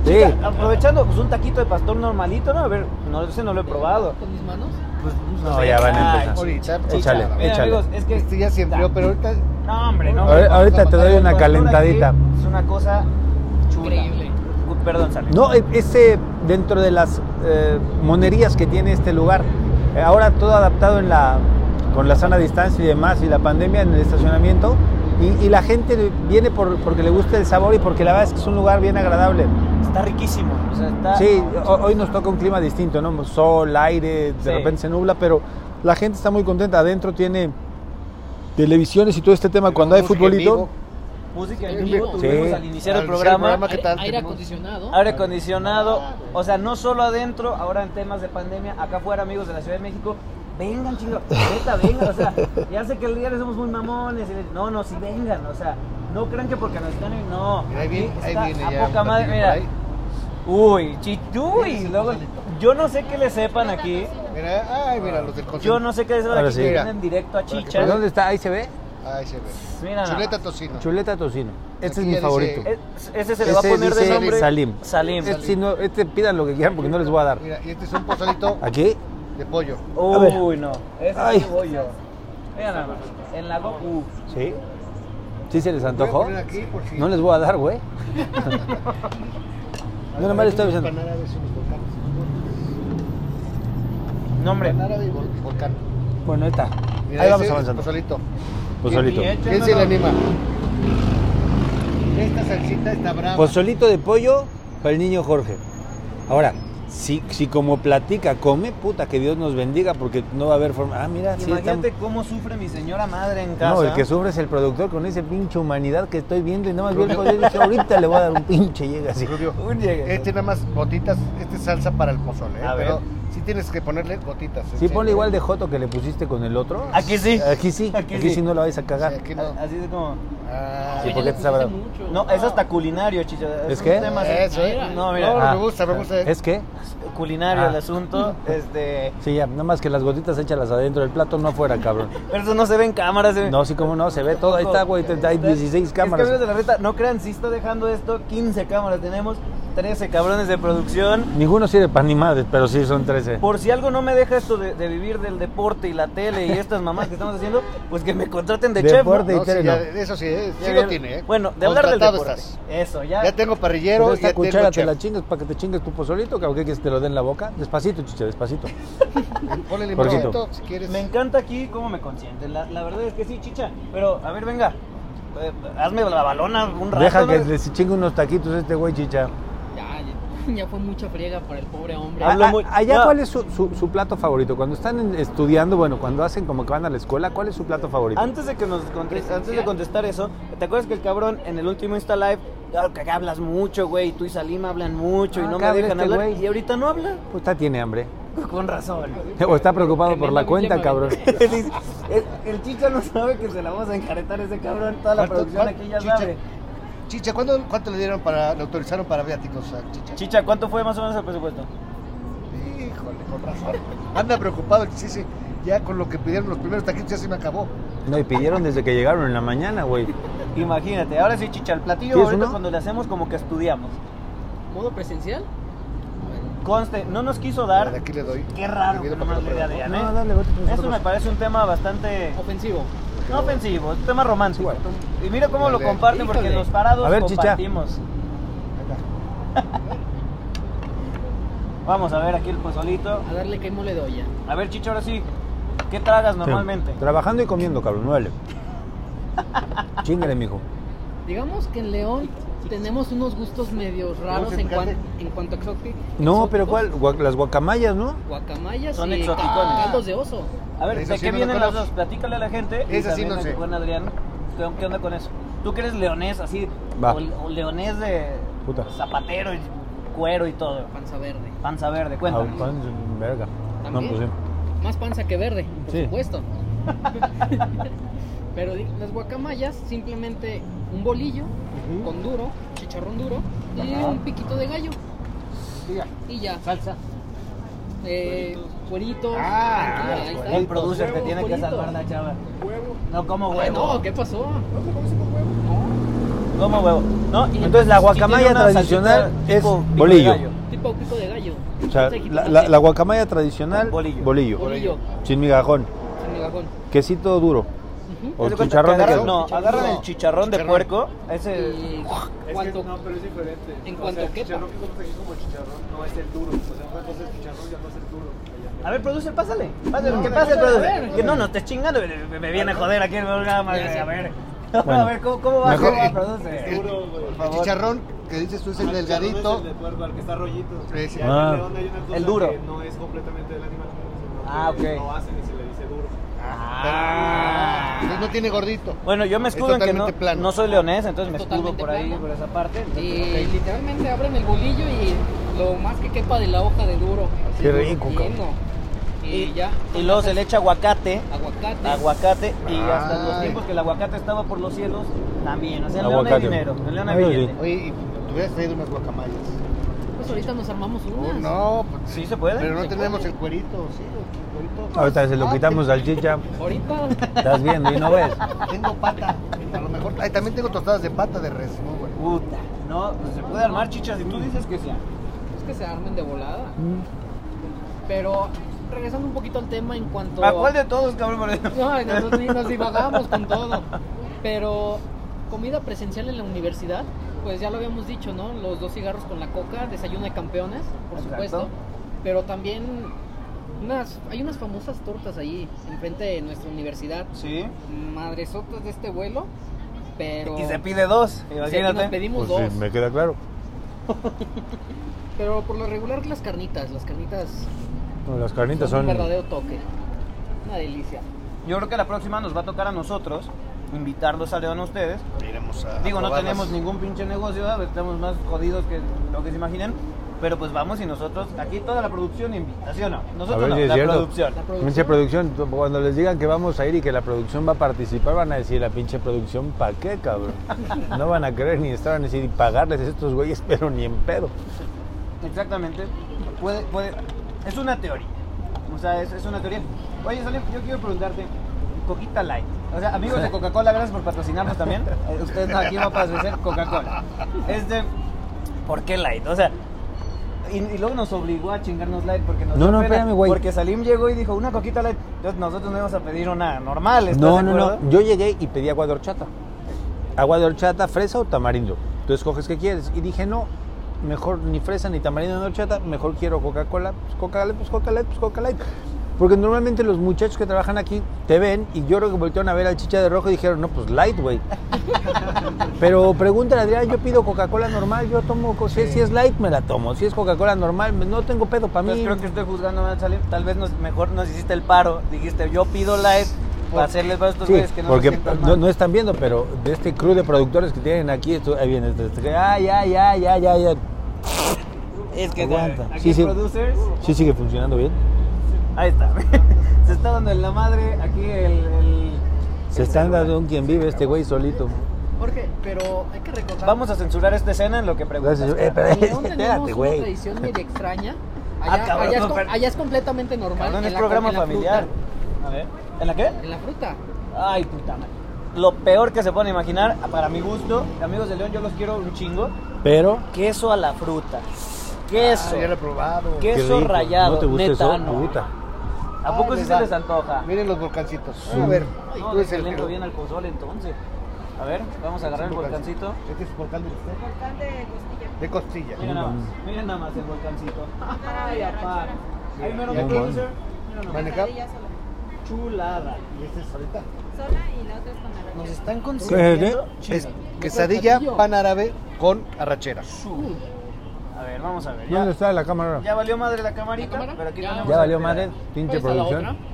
Sí. Aprovechando, pues un taquito de pastor normalito, ¿no? A ver, no, ese no lo he probado. ¿Con mis manos? Pues, No, ya van a empezar. Ahorita, Chicha. Échale, Mira, échale. amigos, es que. Este ya se enfrió, pero ahorita No, hombre, no. A ver, ahorita te doy La una cultura aquí calentadita. Es una cosa chula. Increíble. Cu- Perdón, Sammy. No, e- ese dentro de las eh, monerías que tiene este lugar, eh, ahora todo adaptado en la, con la sana distancia y demás y la pandemia en el estacionamiento, y, y la gente viene por, porque le gusta el sabor y porque la verdad es que es un lugar bien agradable. Está riquísimo. O sea, está. Sí, ho- hoy nos toca un clima distinto, ¿no? Sol, aire, de Sí. repente se nubla, pero la gente está muy contenta. Adentro tiene televisiones y todo este tema. Cuando hay Música en futbolito, vivo. Música en Sí. vivo tuvimos al iniciar Al el programa. programa. ¿qué tal? Aire Tenemos- acondicionado. Aire acondicionado, o sea, no solo adentro, ahora en temas de pandemia, acá afuera, amigos de la Ciudad de México, vengan, chicos, neta, vengan, o sea, ya sé que el día le somos muy mamones, y le- no, no, si vengan, o sea, no crean que porque nos están, en- no, Mira, ahí viene, aquí ahí está viene a ya un poca madre, platillo mira, por ahí. uy, chi- uy, luego, yo no sé qué le sepan aquí, Mira, ay, mira, los del concierto. yo no sé qué le sepan Ahora aquí, sí. que Mira. vienen directo a Chicha, ¿Pero ¿dónde está? Ahí se ve. Ahí se ve. Mira nada Chuleta más. tocino. Chuleta tocino. Este Aquí es mi ya dice- favorito. E- ese se le va a Ese poner de dice nombre Salim. Salim. Este, sí no- este pidan lo que quieran porque no les voy a dar. Mira, y este es un pozolito Aquí, de pollo. A ver. Uy, no. Ese Ay. es voy yo. Mira nada más. En la go- uh. sí. ¿Sí se les Voy a antojó? poner aquí por si- No les voy a dar, güey. No, nomás le estoy avisando. Pan árabe, son los volcanes. No, hombre. Pan árabe y vol- volcán. Bueno, ahí está. Mira, Ahí vamos ese avanzando. Pues es Pozolito. Pozolito. Bien, ¿Quién se le anima? Esta salsita está brava. Pozolito de pollo para el niño Jorge. Ahora, si, si como platica, come, puta, que Dios nos bendiga porque no va a haber forma. Ah, mira, sí, está- Imagínate cómo sufre mi señora madre en casa. No, el que sufre es el productor con ese pinche humanidad que estoy viendo y nada más vio el pollo y dije, ahorita le voy a dar un pinche llega así. Rubio, Un llegue. Este nada más gotitas, este es salsa para el pozole, ¿eh? A ver. pero sí tienes que ponerle gotitas. ¿eh? Sí, ponle igual de joto que le pusiste con el otro. Aquí sí. Aquí sí, Aquí aquí, sí. sí no la vais a Sí, cagar. ah, aquí no. A- Así es como. Ah, Sí, Oye, porque le te sabrá. pusiste mucho. No, es hasta culinario, chicha. ¿Es un qué? tema así. Eso, Mira. ¿eh? No, mira. No, Ah. me gusta, me gusta. ¿eh? ¿Es que? Culinario Ah. el asunto. [laughs] Este. Sí, ya, nada más que las gotitas échalas adentro del plato, no afuera, cabrón. Pero eso no se ve en cámaras. se ve- No, sí, cómo no, se ve todo. Ahí está, güey, te- hay 16 cámaras. Es que, amigos de la reta, no crean, si está dejando esto, 15 cámaras tenemos, 13 cabrones de producción. Ninguno sirve para ni madres, pero sí son 13. Por si algo no me deja esto de, de vivir del deporte y la tele y estas mamás que estamos haciendo, pues que me contraten de chef. ¿no? Deporte. No, sí, Itero, ya, no. eso sí, ¿eh? sí Ya lo bien. tiene. ¿eh? Bueno, de hablar del Contratado deporte. estás. Eso, ya. Ya tengo parrillero, Pero esta ya tengo cuchara te chef. la chingas para que te chingues tu pozolito, que quieres que te lo den en la boca. Despacito, chicha, despacito. Ponle Porcito. limoncito si quieres. Me encanta aquí cómo me consienten. La, la verdad es que sí, chicha. Pero, a ver, venga. eh, hazme la balona un rato. Deja que ¿no? se chingue unos taquitos este güey, chicha. Ya, ya- ya fue mucha friega para el pobre hombre. Hablo A- a- muy- allá, no. ah, ¿cuál es su, su- su plato favorito? Cuando están en- estudiando, bueno, cuando hacen como que van a la escuela, ¿cuál es su plato favorito? Antes de que nos contes- antes de contestar eso, ¿te acuerdas que el cabrón en el último Insta Live, claro que hablas mucho, güey, y tú y Salim hablan mucho y Ah, no me cabrón, dejan este hablar güey. y ahorita no habla? [laughs] Puta, Pues tiene hambre. Con razón. O está preocupado por la ¿eh? cuenta, cabrón. [laughs] el, el chicha no sabe que se la vamos a encaretar a ese cabrón, toda la ¿Cuánto- producción cuánto- aquí ya Chicha? sabe. Chicha, ¿cuándo, ¿cuánto le dieron para, le autorizaron para viáticos a Chicha? Chicha, ¿cuánto fue más o menos el presupuesto? Híjole, con razón. Anda preocupado, el sí, sí, ya con lo que pidieron los primeros taquitos ya se me acabó. No, y pidieron desde que llegaron en la mañana, güey. Imagínate, ahora sí, chicha, el platillo ¿Quieres ahorita uno? cuando le hacemos como que estudiamos. ¿Modo presencial? Conste, no nos quiso Mira, de dar. aquí le doy. Qué raro que Divido no para más le que lo dé a pruebe. Adrián, No, ¿eh? dale, vete, pues, Eso me parece un tema bastante Ofensivo. no ofensivo, un tema romántico. Sí, Y mira cómo lo Híjole. comparten porque Híjole. los parados A ver, Chicha. compartimos. Acá. Vamos a ver aquí el pozolito. A darle que mole de olla. A ver, chicha, ahora sí. ¿Qué tragas normalmente? Sí, Trabajando y comiendo, cabrón, [laughs] no vale. Chingale, mijo. Digamos que en León tenemos unos gustos medio raros en, cuan- en cuanto a exotic- No, exóticos. pero ¿cuál? Gua- Las guacamayas, ¿no? Guacamayas Son y ca- exoticones. caldos de oso. A ver, Eso ¿de sí qué no lo vienen las dos? conozco. Platícale a la gente. y Esa sí también no a sé. Juan Adrián, ¿qué, qué onda con eso? Tú que eres leonés, así, Va. o, o leonés de Puta. zapatero y cuero y todo. Panza verde. Panza verde, Ah, cuéntame. pan, verga. No, También. pues sí. Más panza que verde, por [laughs] Sí. supuesto. Pero di- las guacamayas, simplemente un bolillo con duro, chicharrón duro y Ajá. un piquito de gallo. Sí, ya. Y ya. Salsa. Eh, cueritos. Ah, Tranquila, ahí los está. El producer te huevos, tiene que huevitos. salvar la chava. Huevo. No como Ay, huevo. Ah, no, ¿qué pasó? ¿No se conoce con huevo? Como huevo. No, y Entonces, la sí guacamaya tiene una tradicional salsita es tipo- tipo de bolillo. gallo. Tipo pico de gallo. O sea, Salsa de la, jitomate. la- la guacamaya tradicional, Bolillo. Bolillo. Sin migajón. Sin migajón. Quesito duro. Ujú. O Haz de cuenta chicharrón que de agarran- queso. No, agarran el No. chicharrón de Chicharrón. puerco. Ese. Y Es que cuanto- no, pero es diferente. en O cuanto sea, el quepa. chicharrón que comes aquí como chicharrón no es el duro. O sea, una cosa es chicharrón y otra cosa es duro. A ver, producer, pásale. Pásale, No, que no, pase el no, Ah, producer. no, no, no. que no, no estés chingando. Me, me- me viene a joder aquí el programa. Ya sé. A ver. [laughs] Bueno. a ver, ¿cómo, cómo va Mejor, ¿Cómo va, eh, producer? el- Duro, güey. El chicharrón que dices tú es el Ah, delgadito. chicharrón es el de puerco, el que está rollito. Sí, sí. Ya en Ah. León hay una cosa El duro. que no es completamente del animal. sino Ah, que ok. Lo hacen y se le dice duro. Ah. Entonces no tiene gordito. Bueno, yo me Es escudo en que no, totalmente plano. no soy leonés, entonces me Es escudo totalmente por ahí, plano. por esa parte. Y literalmente abren el bolillo y lo más que quepa de la hoja de duro. Así, Qué rico, lleno. Y, ya. Y luego se le echa aguacate. Aguacate. Aguacate. Y hasta los Ay. tiempos que el aguacate estaba por los cielos, también. O sea, en León hay Aguacate. dinero. En León hay Ay, sí. billete. Oye, y te hubieras traído unas guacamayas. Pues ahorita nos armamos Oh, unas. no, pues, ¿Sí se puede? pero no se tenemos puede. el cuerito, sí, el cuerito. Ahorita se lo Ah, quitamos al chicha. [laughs] Ahorita. Estás viendo y no ves. Pues Tengo pata. A lo mejor. Ay, también tengo tostadas de pata de res. Muy bueno. Puta. No, pues se puede armar chichas y tú dices que sí. Es que se armen de volada. Mm. Pero regresando un poquito al tema en cuanto ¿A cuál de todos, cabrón? No, ay, nosotros ni nos divagamos con todo. Pero comida presencial en la universidad, pues ya lo habíamos dicho, ¿no? Los dos cigarros con la coca, desayuno de campeones, por Exacto. supuesto. Pero también unas, hay unas famosas tortas ahí, enfrente de nuestra universidad. Sí. Madresotas de este vuelo, pero... Y se pide dos, Sí, nos imagínate. pedimos Pues dos. sí, me queda claro. Pero por lo regular las carnitas, las carnitas No, Las carnitas son un son. verdadero toque. Una delicia. Yo creo que la próxima nos va a tocar a nosotros invitarlos a León a ustedes. Iremos a. Digo, no probarlas. tenemos ningún pinche negocio, ¿verdad? estamos más jodidos que lo que se imaginen. Pero pues vamos y nosotros, aquí toda la producción invitación, no. A Nosotros ver no, si es la cierto. producción. La producción. Pinche producción, cuando les digan que vamos a ir y que la producción va a participar, van a decir la pinche producción, ¿pa' qué, [laughs] cabrón? No van a querer ni estar, van a decir, y pagarles a estos güeyes, pero ni en pedo. Exactamente. Puede, puede. Es una teoría. O sea, es, es una teoría. Oye, Salim, yo quiero preguntarte, Coquita Light. O sea, amigos de Coca-Cola, gracias por patrocinarnos [laughs] también. Eh, Ustedes no, aquí no para ofrecer Coca-Cola. Este, ¿por qué Light? O sea, y, y luego nos obligó a chingarnos Light porque nos No, dio no, pena, espérame, güey. Porque Salim llegó y dijo, una Coquita Light. Entonces nosotros no íbamos a pedir una normal, ¿estás No, de no, acuerdo? no. Yo llegué y pedí agua de horchata. Agua de horchata, fresa o tamarindo. Tú escoges qué quieres. Y dije, no, mejor ni fresa ni tamarindo ni horchata, mejor quiero Coca-Cola. Pues Coca-Cola, pues Coca-Cola, pues Coca-Cola. Porque normalmente los muchachos que trabajan aquí te ven y yo creo que voltearon a ver al chicha de rojo y dijeron, no, pues light, [laughs] güey. Pero pregúntale, Adrián, yo pido Coca-Cola normal, yo tomo, co- si, si es light, me la tomo. Si es Coca-Cola normal, me- no tengo pedo para mí. Entonces creo que estoy juzgando a Salim. Tal vez nos, mejor nos hiciste el paro. Dijiste, yo pido Light para hacerles para estos Sí, güeyes que no se porque sientan no, mal. no están viendo, pero de este crew de productores que tienen aquí, esto, ahí viene, este, este, ay, ay, ay, ay, ay, ay. Es que Aguanta. aquí Sí, sí. producers. Sí sigue funcionando bien. Ahí está. [laughs] Se está dando en la madre aquí el. el- Este Se están dando un quien vive este güey solito. Jorge, pero hay que recordar... Vamos a censurar esta escena en lo que preguntas. Gracias, eh, [laughs] pero- En León Espérate, tenemos una güey. tradición medio extraña. Ah, Allá, cabrón, allá es, no, com- pero- allá es completamente normal. Cabrón, en es la- programa en la familiar. A ver. ¿En la qué? fruta, en la fruta. Ay, puta madre. Lo peor que se pueden imaginar, para mi gusto, amigos de León, yo los quiero un chingo. Pero, Queso a la fruta. Queso. Ah, ya lo he probado. ¿Qué? qué Queso rico. rallado, ¿No te gusta neta, eso? no. Puta. ¿A poco Ah, sí les se va. les antoja? Miren los volcancitos. Sí. A ver, No, tú eres le el entro que- bien al pozol entonces. A ver, vamos a agarrar el volcancito. Este es volcán de usted. Volcán de costilla. De costilla. Miren nada más, miren nada más el [laughs] volcancito. Ay, apá. Ahí mero Ya, mi ya. producer. Mira nomás. Maneja. Quesadilla sola. Chulada. ¿Y este es ahorita? Sola y la otra es con arrachera. Nos están consintiendo consiguiendo. Es quesadilla, platillo. pan árabe con arrachera. A ver, vamos a ver. ¿dónde Ya, está la cámara? ya valió madre la camarita, ¿La cámara? pero aquí Ya. tenemos Ya a- valió madre, pinche ¿Cuál es la otra? producción.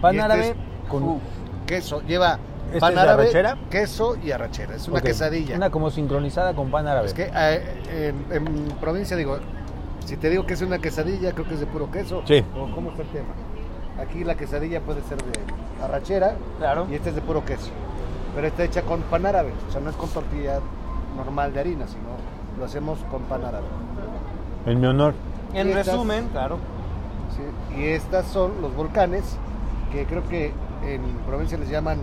Pan Y este árabe es- con Uh, Queso, lleva ¿Esta es pan la árabe, arrachera? queso y arrachera. Es una ok, quesadilla. Una como sincronizada con pan árabe. Es que eh, en, en provincia digo, si te digo que es una quesadilla, creo que es de puro queso. Sí. ¿O cómo está el tema? Aquí la quesadilla puede ser de arrachera Claro. y esta es de puro queso. Pero está hecha con pan árabe, o sea, no es con tortilla normal de harina, sino lo hacemos con pan árabe. En mi honor. En Estas- resumen, claro. ¿sí? Y estas son los volcanes que creo que en provincia les llaman eh,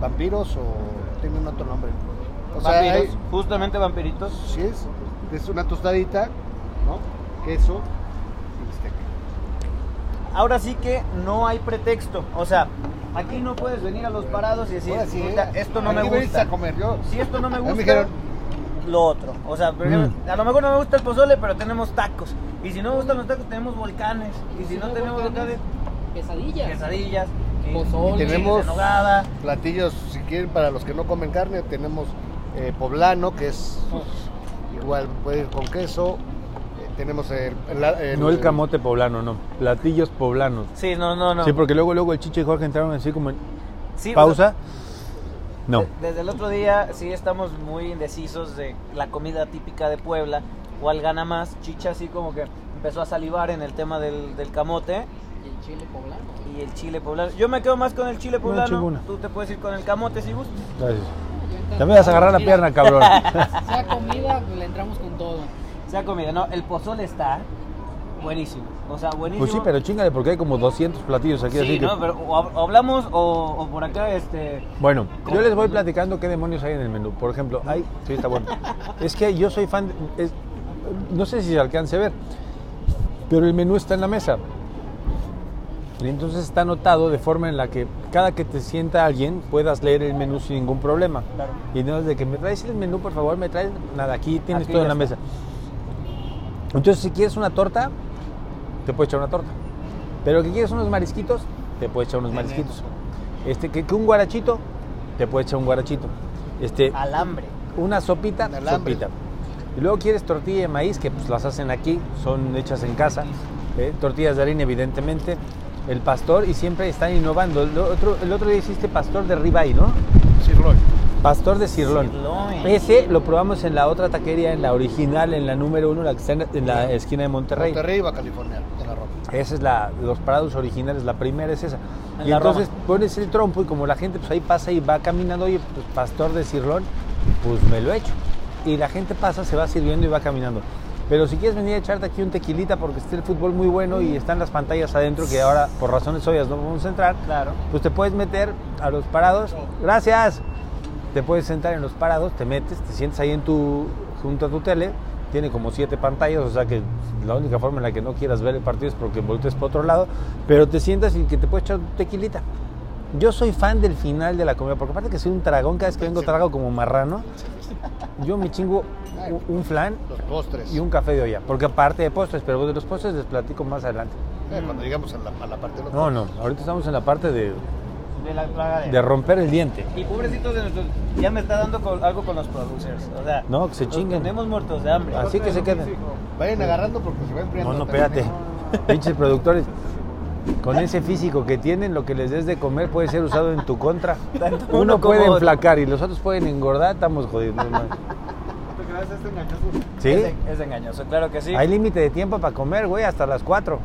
vampiros o tienen otro nombre. O sea, Vampiros, hay- justamente vampiritos. sí es, es una tostadita, ¿no? Queso y bistec. Ahora sí que no hay pretexto. O sea, aquí no puedes venir a los parados y decir, Ahora sí, "Puta, ¿eh? esto no ¿A me qué venís gusta. a comer yo? Si esto no me A mí gusta, me dijeron- lo otro. O sea, por ejemplo, Mm. a lo mejor no me gusta el pozole, pero tenemos tacos. Y si no me gustan los tacos, tenemos volcanes. Y si no tenemos volcanes, volcanes, Quesadillas. quesadillas, y- Pozole. y tenemos Tenemos- en nogada. Platillos, si quieren, para los que no comen carne, tenemos eh, poblano, que es igual, puede ir con queso. Eh, tenemos el, la- No el camote poblano, no. Platillos poblanos. Sí, no, no, no. Sí, porque luego, luego el Chicho y Jorge entraron así como en Sí, o sea, pausa. No. de- Desde el otro día sí estamos muy indecisos de la comida típica de Puebla. ¿Cuál gana más? Chicha así como que empezó a salivar en el tema del, del camote Y el chile poblano. y el chile poblano. Yo me quedo más con el chile poblano. chingona. Tú te puedes ir con el camote si gustas. Gracias. Yo Ya me vas a agarrar la Mira, [laughs] pierna, cabrón. [laughs] Sea comida, pues, le entramos con todo. Sea comida, no, el pozole está buenísimo. O sea, buenísimo. Pues sí, pero chingale, porque hay como 200 platillos aquí. Sí, así que... no, pero o hab- o hablamos o, o por acá, este. Bueno, yo les voy platicando qué demonios hay en el menú. Por ejemplo, hay, sí, está bueno. Es que yo soy fan, de- es- no sé si se alcance a ver, pero el menú está en la mesa. Y entonces está anotado de forma en la que cada que te sienta alguien puedas leer el menú sin ningún problema. Claro. Y no es de que me traes el menú, por favor, me traes nada, aquí tienes Aquí todo ya en la está. mesa. Entonces, si quieres una torta, te puedes echar una torta. Pero que quieres unos marisquitos, te puedes echar unos marisquitos. Este, que, que un guarachito, te puedes echar un guarachito. Este, Alambre. una sopita, Un alambre. sopita. Y luego quieres tortilla de maíz, que pues las hacen aquí, son hechas en casa. ¿eh? Tortillas de harina, evidentemente. El pastor, y siempre están innovando. El otro, el otro día hiciste pastor de ribeye, ¿no? Pastor de cirlón. Sirloin. Ese lo probamos en la otra taquería, en la original, en la número uno, la que está en, en la esquina de Monterrey. Monterrey, Baja California, de la Roma. Esa es la, los parados originales, la primera es esa. En Y la entonces Roma. pones el trompo y como la gente pues ahí pasa y va caminando, oye, pues pastor de cirlón, pues me lo echo. Y la gente pasa, se va sirviendo y va caminando. Pero si quieres venir a echarte aquí un tequilita porque está el fútbol muy bueno y están las pantallas adentro que ahora por razones obvias no vamos a entrar, Claro. pues te puedes meter a los parados. Gracias. Te puedes sentar en los parados, te metes, te sientes ahí en tu junto a tu tele. Tiene como siete pantallas, o sea que la única forma en la que no quieras ver el partido es porque voltees para otro lado, pero te sientas y que te puedes echar tu tequilita. Yo soy fan del final de la comida, porque aparte que soy un tragón, cada vez que vengo trago como marrano, yo me chingo u- un flan Los postres. y un café de olla, porque aparte de postres, pero de los postres les platico más adelante. Eh, cuando llegamos a la, a la parte de los No, no, ahorita estamos en la parte de, De la plagadera. de romper el diente. Y pobrecitos de nuestros. Ya me está dando con- algo con los producers. O sea, No, que se los chinguen. ¿Ah, Tenemos muertos de hambre. Así que se queden. Vayan agarrando porque se va enfriando. No, no, también, espérate. ¿eh? Pinches productores. Con ese físico que tienen, lo que les des de comer puede ser usado en tu contra. Tanto uno, uno como puede otro. enflacar y los otros pueden engordar, estamos jodidos. no mames. Te quedas este engañoso. ¿Sí? Es, es engañoso, claro que sí. Hay límite de tiempo para comer, güey, hasta las 4.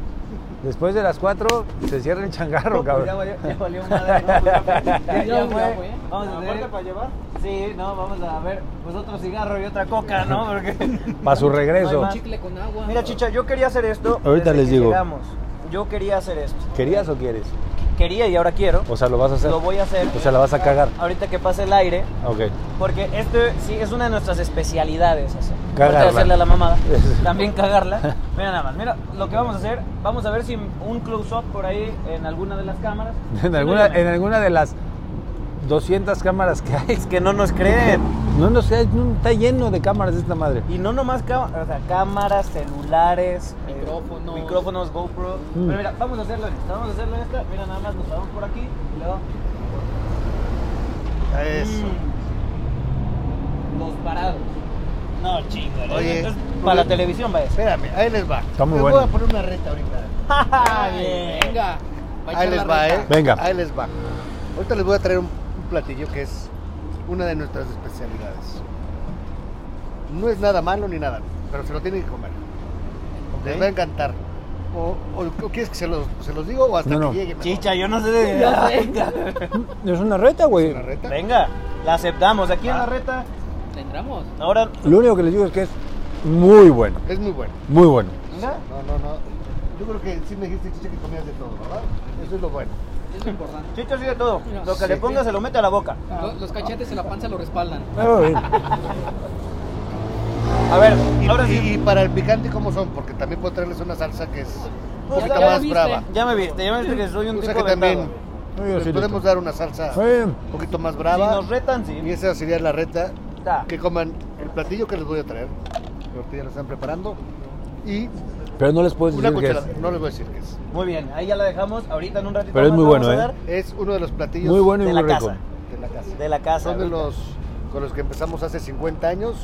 Después de las 4 se cierra el No, changarro, pues cabrón. ya valió, ya valió madre. ¿no? [laughs] Pues ya- ya- ya Ya fue. fue. Vamos a Aparte tener... para llevar. Sí, no, vamos a ver. Pues otro cigarro y otra coca, [laughs] ¿no? Porque. Para su No hay regreso. más. Chicle con agua. Mira, Chicha, yo quería hacer esto. Ahorita desde les que digo. llegamos. Yo quería hacer esto. ¿Querías o quieres? Quería y ahora quiero. O sea, lo vas a hacer. Lo voy a hacer. O sea, la vas a cagar. Ahorita que pase el aire. Ok. [laughs] Porque este sí es una de nuestras especialidades. Eso. Cagarla. Aparte de hacerle a la [laughs] mamada. Es- También cagarla. Mira nada más. Mira lo que vamos a hacer. Vamos a ver si un close-up por ahí en alguna de las cámaras. Si [laughs] En no, alguna, llamen. en alguna de las 200 cámaras que hay. Es que no nos creen. No, no sé, no, está lleno de cámaras esta madre. Y no nomás cá- o sea, cámaras, celulares, eh, Micrófonos. micrófonos, GoPro. Mm. Pero mira, vamos a hacerlo en esta. Vamos a hacerlo en esta. Mira, nada más nos vamos por aquí y luego. Eso. Mm. Los parados. No, chingo. ¿eh? Oye, Esto es tú para la ve- televisión va [laughs] eso. Espérame, ahí les va. Está muy Les bueno. voy a poner una reta ahorita. Ah, Ay, venga. a echar Ahí les la va, reta. ¿eh? Venga. Ahí les va. Ahorita les voy a traer un, un platillo que es una de nuestras especialidades. No es nada malo ni nada, pero se lo tienen que comer. Les va a encantar. O, o- o quieres que se los, se los digo o hasta No, no. que llegue? mejor? Chicha, yo no sé de. [laughs] Ya sé. Es una reta, güey. ¿Una reta? Venga, la aceptamos. Aquí en la reta, Le entramos. ahora. Lo único que les digo es que es muy bueno, Es muy bueno. muy bueno. Mira, No, no, no. Yo creo que sí me dijiste, Chicha, que comías de todo, ¿verdad? Eso es lo bueno. Es lo importante. Chicho sigue todo. No, Lo que le sí. ponga se lo mete a la boca. Lo- Los cachetes y la panza lo respaldan. A ver, Y, ahora y- sí. y para el picante, ¿cómo son? Porque también puedo traerles una salsa que es un Pues poquito ya la más viste. brava. Ya me viste, ya me viste que soy un O sea tipo que también aventado. Yo les sí le podemos echo. dar una salsa Está bien. un poquito más Si brava. nos retan, Y sí. esa sería la reta. Ta. Que coman el platillo que les voy a traer. que Ahorita ya lo están preparando. Y Pero no les puedo una decir Pues que es. cucharada. No les voy a decir qué es. Muy bien, ahí ya la dejamos. Ahorita en un ratito. Pero es más muy la bueno, vamos a ¿eh? dar Es uno de los platillos Muy bueno y De muy la rico. casa. de la casa. De la casa. Son de ahorita. los con los que empezamos hace 50 años.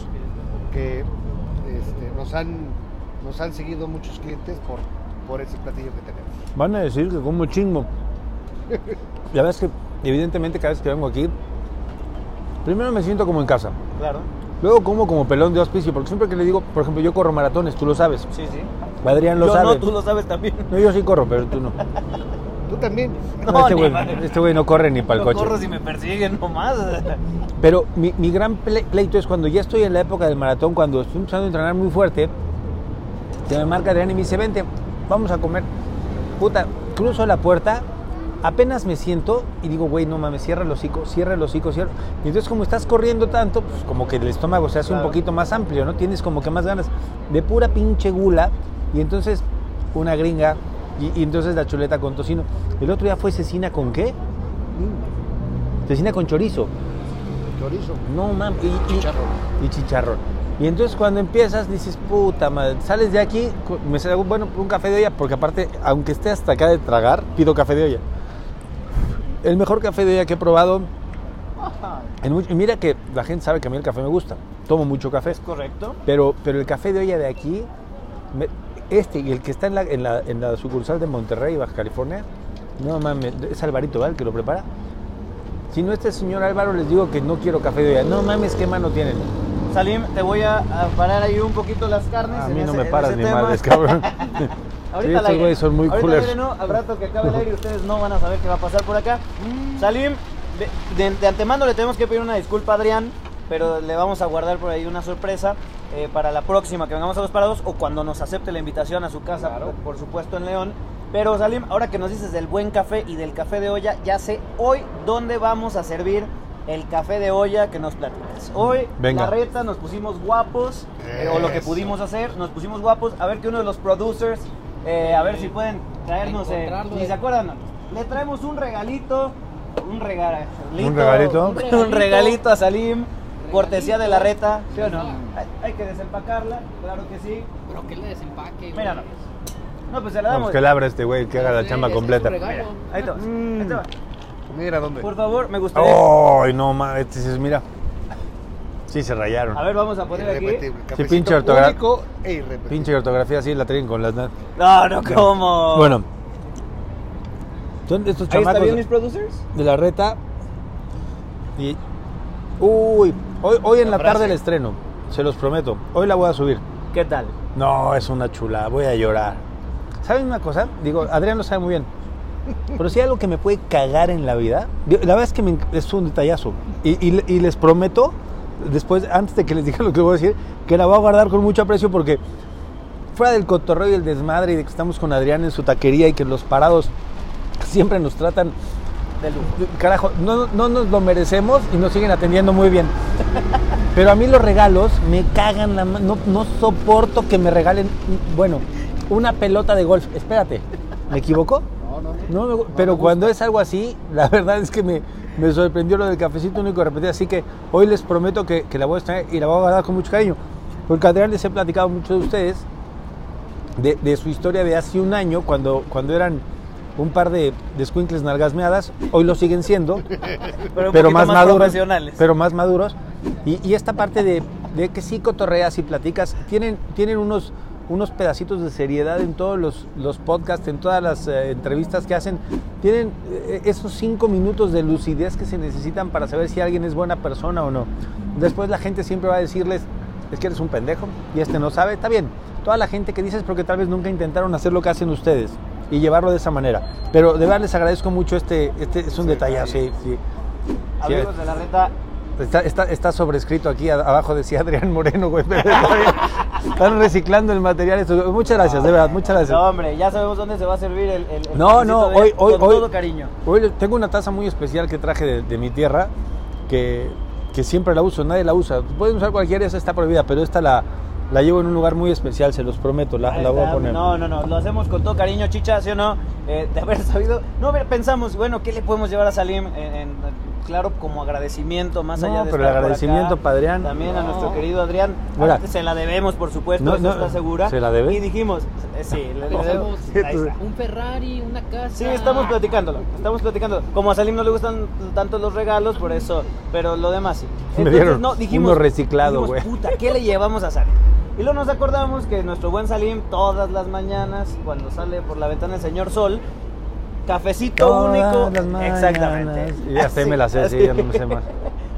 Que este, nos, han, nos han seguido muchos clientes por, por ese platillo que tenemos. Van a decir que como chingo. La verdad es que, evidentemente, cada vez que vengo aquí, primero me siento como en casa. Claro. Luego como como pelón de hospicio, porque siempre que le digo, por ejemplo, yo corro maratones, tú lo sabes. Sí, sí. Adrián lo Yo sabe. no, tú lo sabes también. No, yo sí corro, pero tú no. Tú también. No, No, este, ni güey, madre. este güey no corre ni para el Yo coche. corro si me persiguen nomás. [laughs] Pero mi, mi gran ple- pleito es cuando ya estoy en la época del maratón, cuando estoy empezando a entrenar muy fuerte, se me marca Adrián y me dice, vente, vamos a comer. Puta, cruzo la puerta, apenas me siento y digo, güey, no mames, cierra el hocico, cierra el hocico, cierra. Y entonces como estás corriendo tanto, pues como que el estómago se hace un Claro. poquito más amplio, ¿no? Tienes como que más ganas de pura pinche gula y entonces una gringa y, y entonces la chuleta con tocino. El otro día fue cecina con qué? Cecina con chorizo. Chorizo. No mames. Y, y- Chicharrón. y chicharrón. Y entonces cuando empiezas dices, puta madre, sales de aquí, cu- me salgo, bueno, un café de olla, porque aparte, aunque esté hasta acá de tragar, pido café de olla. El mejor café de olla que he probado. en mucho- y mira que la gente sabe que a mí el café me gusta. Tomo mucho café. ¿Es correcto? Pero, pero el café de olla de aquí, me- este y el que está en la, en, la, en la sucursal de Monterrey, Baja California, no mames, es Alvarito, ¿verdad? El que lo prepara. Si no este señor Álvaro les digo que no quiero café de olla. No mames, qué mano tienen. Salim, te voy a, a parar ahí un poquito las carnes. A en mí no ese- me en paras ese ni tema. [laughs] madres, cabrón. Sí, Ahorita al estos aire. güeyes son muy Ahorita al coolers. aire no, al rato que acabe el aire ustedes no van a saber qué va a pasar por acá. Salim, de, de- de antemano le tenemos que pedir una disculpa a Adrián, pero le vamos a guardar por ahí una sorpresa eh, para la próxima que vengamos a los parados o cuando nos acepte la invitación a su casa, por, por supuesto en León. Pero Salim, ahora que nos dices del buen café y del café de olla, ya sé hoy dónde vamos a servir el café de olla que nos platicas. Hoy Venga. la reta nos pusimos guapos eh, o lo que Eso. pudimos hacer, nos pusimos guapos, a ver que uno de los producers, eh, a ver si pueden traernos, eh, Encontrarlo, ni eh. se acuerdan, le traemos un regalito, un regalito, Un regalito. [laughs] un regalito, a Salim, cortesía de la reta, ¿sí o no? Regalito. Hay, hay que desempacarla, claro que sí, Pero que le desempaque. güey. míralo, no pues se la Vamos, damos, que la Mm. abra este güey, que haga la Sí, chamba es- es completa. un regalo. ahí te va, ahí te va. Mira dónde. por favor, me ¡Ay, gustaría, no mames! Este sí es- Mira. Sí, se rayaron. a ver vamos a poner aquí, Irrepetible. Sí, pinche Cafecito ortogra- único e irrepetible. Pinche ortografía así la traen con las... na- no, no, como, Bueno. Son estos Oh. ahí está chamacos... bien mis producers, de la reta. Y. Uy, hoy, hoy en la, La tarde frase. el estreno, se los prometo. Hoy la voy a subir. ¿qué tal? No, es una chula, voy a llorar. ¿Saben una cosa? Digo, Adrián lo sabe muy bien. Pero si hay algo que me puede cagar en la vida, digo, la verdad es que me enc- es un detallazo. Y, y- y les prometo, después, antes de que les diga lo que voy a decir, que la voy a guardar con mucho aprecio porque fuera del cotorreo y el desmadre y de que estamos con Adrián en su taquería y que los parados siempre nos tratan De lujo. carajo, no, no nos lo merecemos y nos siguen atendiendo muy bien. Pero a mí los regalos me cagan la ma- no, no soporto que me regalen, bueno, una pelota de golf. Espérate, ¿me equivoco? No, no, No, me gu- me pero gusta. cuando es algo así, la verdad es que me, me sorprendió lo del cafecito único repetido. Así que hoy les prometo que, que la voy a extraer y la voy a guardar con mucho cariño. Porque a Adrián les he platicado mucho de ustedes, de, de su historia de hace un año, cuando, cuando eran un par de, de escuincles nalgasmeadas. Hoy lo siguen siendo pero, un pero poquito más, maduros, profesionales. pero más maduros. Y, y esta parte de, de que sí cotorreas y platicas, tienen, tienen unos, unos pedacitos de seriedad en todos los, los podcasts, en todas las eh, entrevistas que hacen. Tienen eh, esos cinco minutos de lucidez que se necesitan para saber si alguien es buena persona o no. Después la gente siempre va a decirles, es que eres un pendejo y este no sabe, está bien. Toda la gente que dices porque tal vez nunca intentaron hacer lo que hacen ustedes y llevarlo de esa manera. Pero de verdad les agradezco mucho este, este es un detalle, sí, sí. Amigos de la reta, Está, está, está sobrescrito aquí, a- abajo decía Adrián Moreno, güey. pero está bien. Están reciclando el material. estos güey. Muchas gracias, de verdad, muchas gracias. No, hombre, ya sabemos dónde se va a servir el. el- el No, no, cafecito de- hoy, hoy, Con hoy- todo cariño. hoy le- tengo una taza muy especial que traje de, de mi tierra que, que siempre la uso, nadie la usa. Pueden usar cualquiera, esa está prohibida, pero esta la, la llevo en un lugar muy especial, se los prometo, la, Ahí la voy a está, poner. No, no, no, lo hacemos con todo cariño, chicha, ¿sí o no? Eh, de haber [laughs] sabido. No, mira, pensamos, bueno, ¿qué le podemos llevar a Salim? En- en- claro, como agradecimiento, más No, allá de. pero estar el por agradecimiento acá, para Adrián. También a No. nuestro querido Adrián. Mira. Ah, Se la debemos, por supuesto, No, eso no, está segura. ¿se la debe? Y dijimos, eh, sí, le, le debemos. Pensamos [laughs] Ahí está. un Ferrari, una casa. Sí, estamos platicándolo, estamos platicándolo. Como a Salim no le gustan tanto los regalos, por eso, pero lo demás sí. Me dieron uno reciclado, dijimos, güey. puta, ¿qué le llevamos a Salim? Y luego nos acordamos que nuestro buen Salim, todas las mañanas, cuando sale por la ventana el señor Sol, cafecito Todas único. las mañanas. Exactamente. [laughs] Y ya sé, Así, me la sé, sí, así. ya no me sé más.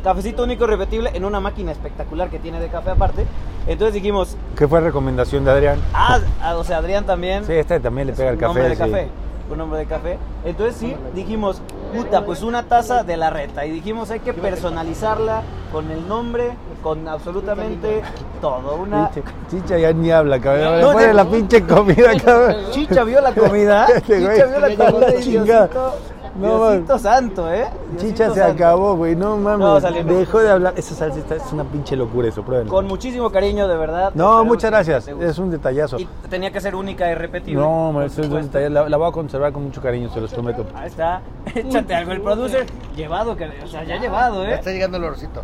Cafecito único repetible en una máquina espectacular que tiene de café aparte. Entonces dijimos, ¿Qué fue recomendación de Adrián? ah, ah, o sea, Adrián también. Sí, este también le Es pega el un café. Nombre de sí. café. Un nombre de café. Entonces sí, dijimos, puta, pues una taza de la reta. Y dijimos, hay que personalizarla con el nombre, con absolutamente todo. Una... Pinche chicha ya ni habla, cabrón. Le No, pone no. la pinche comida, cabrón. Chicha vio la comida. [laughs] Este güey Chicha vio la se llevó la comida. y chingada. Diosito, No, Diosito santo, ¿eh? Chicha Diosito se santo. acabó, güey. No No, mames. salimos. Dejó de hablar. Esa salsa está- es una pinche locura, eso, pruébenlo. Con muchísimo cariño, de verdad. No, Esperemos muchas que gracias. te guste. Es un detallazo. Y tenía que ser única y repetible. No, por mames, es un supuesto. detalle. La, la voy a conservar con mucho cariño, se los prometo. Ahí está. [laughs] Échate algo. El producer llevado, que, o sea, ya llevado, Ya ¿eh? está llegando el orcito.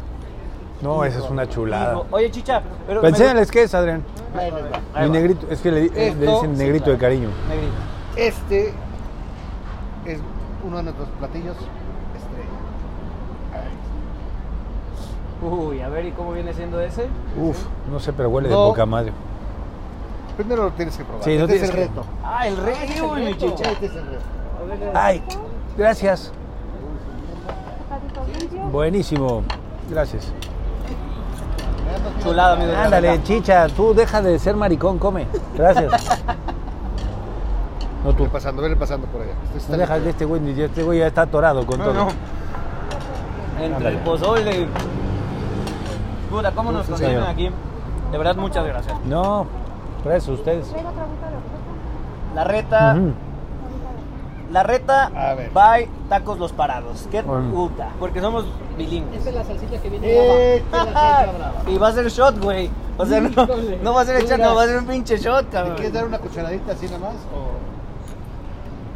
No, esa es una chulada. Hijo. Oye, chicha, pero. Pero Enséñales qué es, Adrián. Ahí les va. Ahí Mi va. negrito, es que le, di- eh, le Esto, dicen sí, negrito de cariño. Negrito. Este es uno de nuestros platillos. Este, Uy, a ver, ¿y cómo viene siendo ese? Uf, no sé, pero huele de No. poca madre. primero lo tienes que probar. Sí, no este es tienes el que- reto. Ah, el regio, mi chicha. Este es el reto. A ver, Ay, gracias. Patito limpio. Buenísimo. Gracias. Chulada, amigo. Ándale, chicha, tú deja de ser maricón, come. Gracias. No tú. Vele pasando, vele pasando por allá. Este está No dejas de este güey, ni- este güey ya está atorado con No, todo. no. Entre Ándale. el pozole y... Puta, ¿cómo nos Sí, contienen señor. aquí? De verdad, muchas gracias. No, gracias a ustedes. Traigo otra agüita de fruta. La reta, Ujú. la reta A ver. by Tacos Los Parados. Qué Mm. puta, porque somos bilingües. Esta es la salsita que viene Eh, brava. Esta es la salsa [laughs] brava. Y va a ser shot, güey. O sea, no, Híjole. no va a ser echar, Dura. no va a ser un pinche shot, ¿Le quieres dar cabrón. una cucharadita así nada más? O...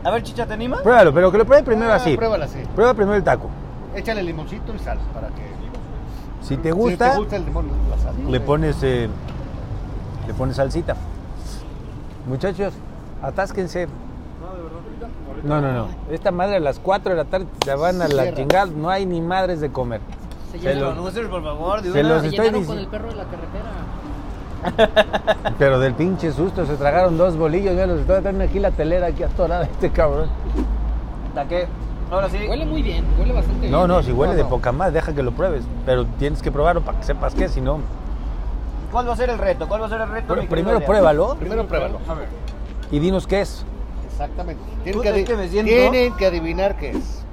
A ver, chicha, ¿te animas? Pruébalo, pero que lo pruebe primero Ah, así. Pruébala así. Prueba primero el taco. Échale limoncito y sal para que. Si te Si gusta, te gusta el limón, la sal. le pones eh, le pones salsita. Muchachos, atásquense. No, no, no. Esta madre a las 4 de la tarde se van a la Cierra. chingada. No hay ni madres de comer. Se Se llenaron, lo- Producers, por favor, de Se una. los se estoy llenaron con dici- el perro de la carretera. Pero del pinche susto se tragaron dos bolillos. Ya los estoy teniendo aquí la telera aquí atorada [laughs] este cabrón. Taque. Ahora sí. Huele muy bien, huele bastante No, bien. ¿eh? no, si huele No, de no. poca más, deja que lo pruebes. Pero tienes que probarlo para que sepas qué, si no. ¿Cuál va a ser el reto? ¿Cuál va a ser el reto? mi Pr- querido Primero Adrián? pruébalo Primero pruébalo. A ver. y dinos qué es. Exactamente. Tienen Puta, que, adi- es que me siento- tienen que adivinar qué es.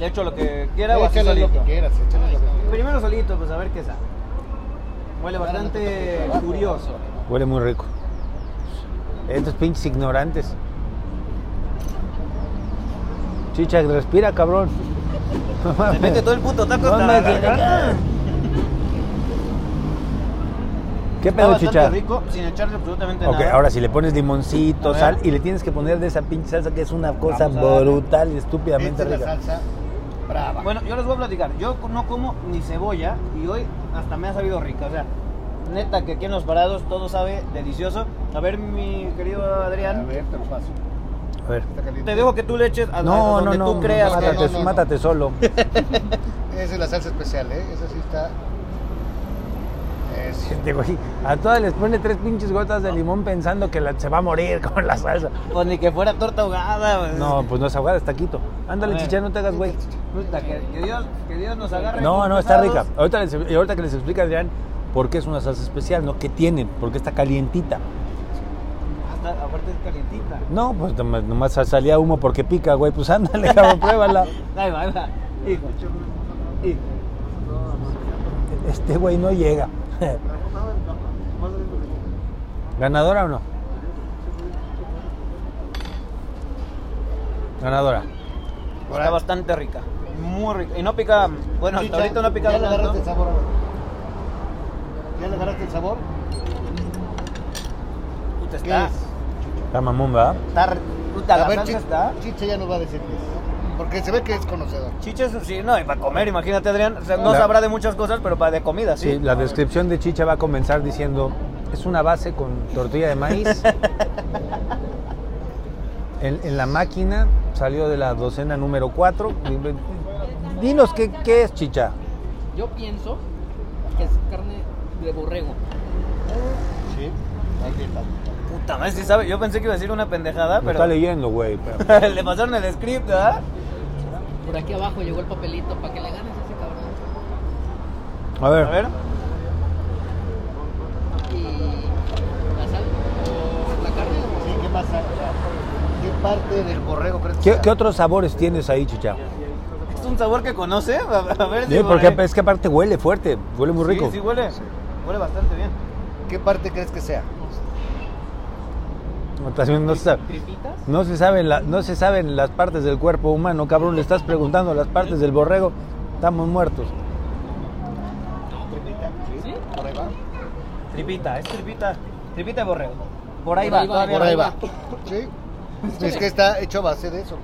Le echo lo que quiera o así Échale lo solito. que quieras, échale lo que quieras. Primero solito, pues a ver qué sabe. Huele bastante curioso. Huele muy rico. Estos pinches ignorantes. Chicha, respira, cabrón. Se mete todo el puto taco No hasta la mames. garganta. ¿Qué Está pedo, bastante chicha? rico, sin echarle absolutamente Ok, nada. ahora si le pones limoncito, A ver. sal y le tienes que poner de esa pinche salsa que es una cosa Vamos a darle. brutal y estúpidamente Esta es la rica. salsa brava. Bueno, yo les voy a platicar. Yo no como ni cebolla y hoy hasta me ha sabido rica. O sea, neta que aquí en Los Parados todo sabe delicioso. A ver, mi querido A Adrián, ver, te lo paso. A ver. Está caliente. te dejo que tú le eches a, a No, no, Ah, donde no, tú creas que... mátate, no, no, no. [laughs] mátate solo. Esa es la salsa especial, ¿eh? Esa sí está. Es... Gente, Este güey, a todas les pone tres pinches gotas de limón pensando que la- se va a morir con la salsa. Pues ni que fuera torta ahogada. pues. No, pues no es ahogada, es taquito. A Ándale, ver. chicha, no te hagas güey. Puta, que, que Dios, que Dios nos agarre. No, no, está rica. cruzados. Ahorita, les- y ahorita que les explica Adrián por qué es una salsa especial, ¿no? ¿Qué tiene? Porque está calientita. Hasta- aparte es calientita. No, pues nomás, nomás salía humo porque pica, güey. Pues ándale, [laughs] cabrón, pruébala. Ahí va, ahí va. hijo, hijo. Este güey no llega. ¿Ganadora o no? Ganadora. Está bastante rica. Muy rica. Y no pica. Bueno, hasta ahorita no ha picado ¿Ya le agarraste el tanto. sabor? ahora? ¿Ya le agarraste el sabor? Puta, ¿Qué está. es? Está mamón, ¿verdad? Está. re- Puta, la Chi- salsa está. Chicha ya nos va a decir qué es. Porque se ve que es conocedor. Chicha es sí, no, y para comer, imagínate, Adrián. O sea, no La- sabrá de muchas cosas, pero para de comida, sí. Sí, la descripción de chicha va a comenzar diciendo, es una base con tortilla de [laughs] maíz. en, en la máquina salió de la docena número 4. Dinos qué, qué es chicha. Yo pienso que es carne de borrego. Sí. Ahí está. Puta madre, sí sabe. Yo pensé que iba a decir una pendejada, Me pero. está leyendo, güey. pero- [laughs] Le pasaron el script, ¿verdad? Por aquí abajo llegó el papelito para que le ganes a ese cabrón. [laughs] A ver, A ver. Y la sal o la carne de Sí, borrego. ¿qué más? hay? O sea, ¿Qué parte del borrego crees que ¿qué, sea? qué otros sabores tienes ahí, chicha? ¿Es un sabor que conoce? A a ver si. Sí, porque huele. es que aparte huele fuerte, huele muy rico. eh, Sí, sí huele. Huele bastante bien. ¿Qué parte crees que sea? No estás viendo, no se sabe. ¿Tripitas? No se, saben la- no se saben las partes del cuerpo humano, cabrón. Le estás preguntando las partes del borrego. Estamos muertos. ¿Sí? Por ahí va. Tripita, es tripita. Tripita de borrego. Por ahí Por ahí va, va, todavía Por no. ahí va. Sí. Es que está hecho a base de eso.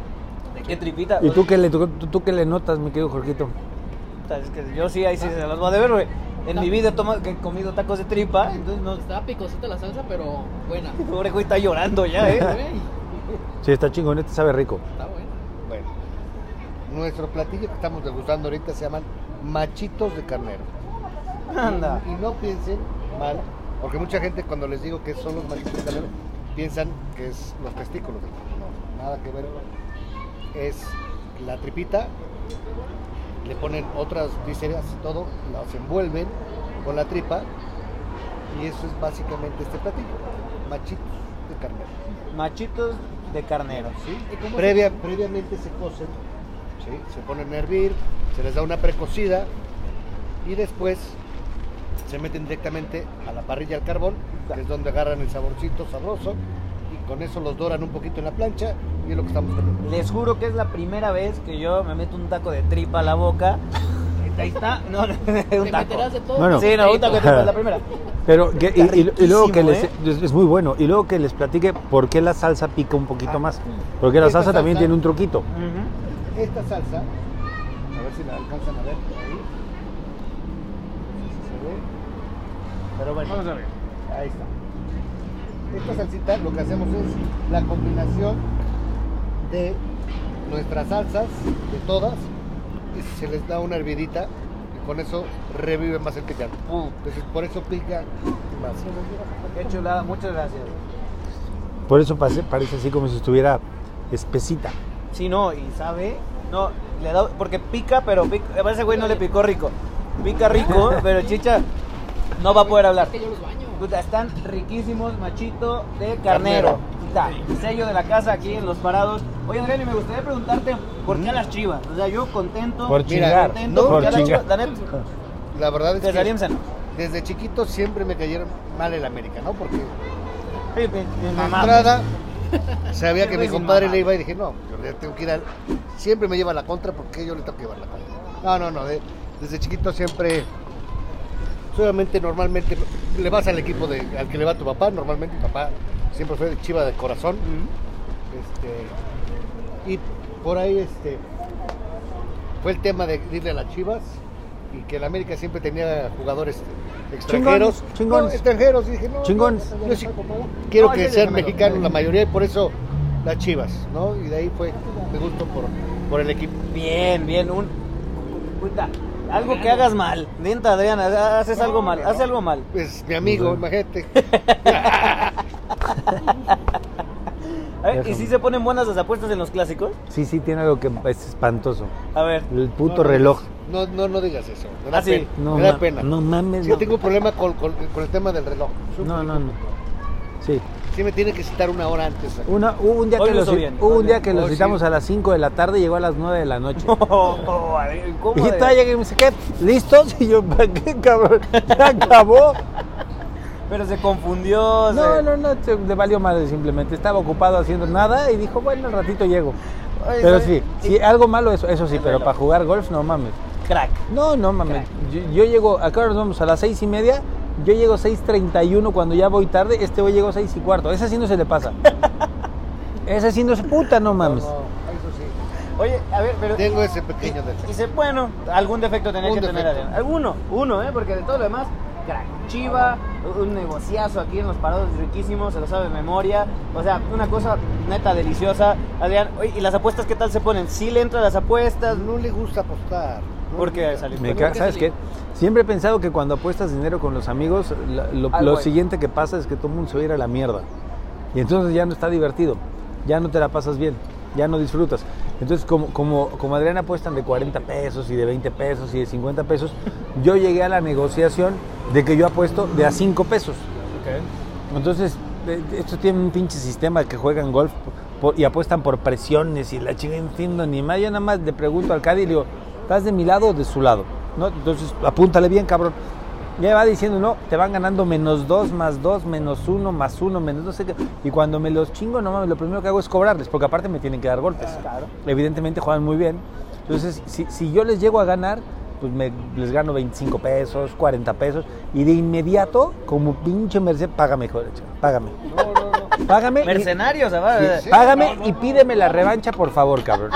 ¿De qué tripita? ¿Y tú qué le, tú, tú qué le notas, mi querido Jorgito? Puta, Es que yo sí, ahí sí se las voy a deber, güey. En mi vida he, tomado- que he comido tacos de tripa, entonces no. Estaba picosita la salsa, pero [laughs] buena. Pobre güey está llorando ya, [laughs] ¿eh? Güey, Sí, está chingón, este sabe rico. Está buena. Bueno. Nuestro platillo que estamos degustando ahorita se llaman machitos de carnero. Anda. Y no piensen mal, porque mucha gente cuando les digo que son los machitos de carnero, piensan que es los testículos. No, nada que ver. Es la tripita, le ponen otras vísceras y todo, las envuelven con la tripa y eso es básicamente este platillo, machitos de carnero. Machitos de carnero. ¿sí? ¿Y cómo se- Previa- previamente se cocen, ¿sí? se ponen a hervir, se les da una precocida y después se meten directamente a la parrilla al carbón, que es donde agarran el saborcito sabroso y con eso los doran un poquito en la plancha y es lo que estamos comiendo. Les juro que es la primera vez que yo me meto un taco de tripa a la boca. Ahí está. [laughs] No, no, un Te meterás taco. de todo. Bueno. Sí, no, un taco de tripa es la primera. Pero, que- y, y- y luego que les. riquísimo, ¿eh? Es, es muy bueno. Y luego que les platique por qué la salsa pica un poquito Ah. más. Porque la Esta salsa también salsa- tiene un truquito. Ujú. Esta salsa, a ver si la alcanzan a ver por ahí. No sé si se ve. Pero bueno, Vamos a ver. ahí está. Esta salsita lo que hacemos es la combinación de nuestras salsas, de todas, y se les da una hervidita y con eso revive más el picante. Entonces por eso pica más. Qué chulada, muchas gracias. Por eso pase- parece así como si estuviera espesita. Sí, no, y sabe. No, le da. Porque pica, pero pica. A ese güey no le picó rico. Pica rico, pero chicha no va a poder hablar. Es que yo los baño. Puta, Están riquísimos, machito de carnero. Puta, sello de la casa aquí en Los Parados. Oye, Adrián, y me gustaría preguntarte por qué a las chivas. O sea, yo contento. Por Mira, chingar. contento no, porque por a las chingar. chivas. La neta, La verdad es Te salí en que seno. desde chiquito siempre me cayeron mal el América, ¿no? Porque Sí, mi- mi de mamá. [laughs] entrada sabía Qué que mi güey sin compadre mamá. le iba y dije, no, yo le tengo que ir al... Siempre me lleva la contra porque yo le tengo que llevar la contra. No, no, no, de- desde chiquito siempre... Solamente normalmente le vas al equipo de, al que le va tu papá, normalmente mi papá siempre fue de chiva de corazón. Este, y por ahí este fue el tema de irle a las chivas y que el América siempre tenía jugadores extranjeros. Chingones, chingones. No, extranjeros, y dije, no, Chingones. yo sí quiero No, que ese sean déjamelo. mexicanos la mayoría y por eso las chivas, ¿no? Y de ahí fue me gusto por, por el equipo. Bien, bien. Un, puta, algo que hagas mal. Neta, Adrián, haces algo mal. Haces algo mal. Pues mi amigo, imagínate. A ver, Eh, ¿Y Déjame. si se ponen buenas las apuestas en los clásicos? Sí, sí, tiene algo que es espantoso. A ver. El puto No, no, reloj. No, no, no digas eso. Me da Ah, sí. pena. No, me da ma- pena. no mames. Sí, no. tengo un problema con, con- con el tema del reloj. No, no, no. Sí. Sí me tiene que citar una hora antes. aquí. Una- hubo un día Hoy que lo los, hizo bien, hubo hoy un día bien. que los Hoy sí. citamos a las 5 de la tarde y llegó a las 9 de la [laughs] noche. [laughs] Oh, a ver, ¿cómo Y de- todavía llega y me dice, ¿qué? ¿Listos? Y yo, ¿para qué, cabrón? [laughs] ¿Ya acabó? Pero se confundió. No, se- no, no, se- le valió madre simplemente. Estaba ocupado haciendo nada y dijo, bueno, al ratito llego. Oye, Pero soy- sí, sí, algo malo eso, eso sí, pero para jugar golf, no mames. Crack. No, no mames. Yo, yo llego, acá nos vamos a las seis y media, yo llego 6.31 cuando ya voy tarde, este güey llegó seis y cuarto. Ese sí no se le pasa. Ese sí no se puta, no mames. Oye, a ver, pero. Tengo ese pequeño defecto. Dice, bueno, algún defecto tenía Un que tener defecto. Adrián. Alguno, uno, ¿eh? Porque de todo lo demás, crack. Chiva, un negociazo aquí en los parados riquísimos, se lo sabe de memoria. O sea, una cosa neta deliciosa. Adrián, oye, ¿y las apuestas qué tal se ponen? ¿Sí le entran las apuestas? No le gusta apostar. no ¿Por le qué gusta. salió? Me ca- que ¿Sabes salir. qué? Siempre he pensado que cuando apuestas dinero con los amigos, la- lo, Algo lo hay. siguiente que pasa es que todo el mundo se va a ir a la mierda. Y entonces ya no está divertido, ya no te la pasas bien, ya no disfrutas. Entonces, como, como, como Adrián apuestan de 40 pesos y de 20 pesos y de 50 pesos, yo llegué a la negociación de que yo apuesto de a 5 pesos. Entonces, eh, estos tienen un pinche sistema que juegan golf po- y apuestan por presiones y la chica no entiendo ni más. Yo nada más le pregunto al Cádiz, le digo, ¿estás de mi lado o de su lado? ¿No? Entonces, apúntale bien, cabrón. Ya va diciendo, no, te van ganando menos dos, más dos, menos uno, más uno, menos no sé qué. Y cuando me los chingo, no mames, lo primero que hago es cobrarles, porque aparte me tienen que dar golpes. Evidentemente juegan muy bien. Entonces, si, si yo les llego a ganar, pues me, les gano 25 pesos, 40 pesos, y de inmediato, como pinche merced, págame, joder, chaval, págame. Págame. y- Mercenarios, ¿eh? ¿sabes? Sí, Págame y pídeme la revancha, por favor, cabrón.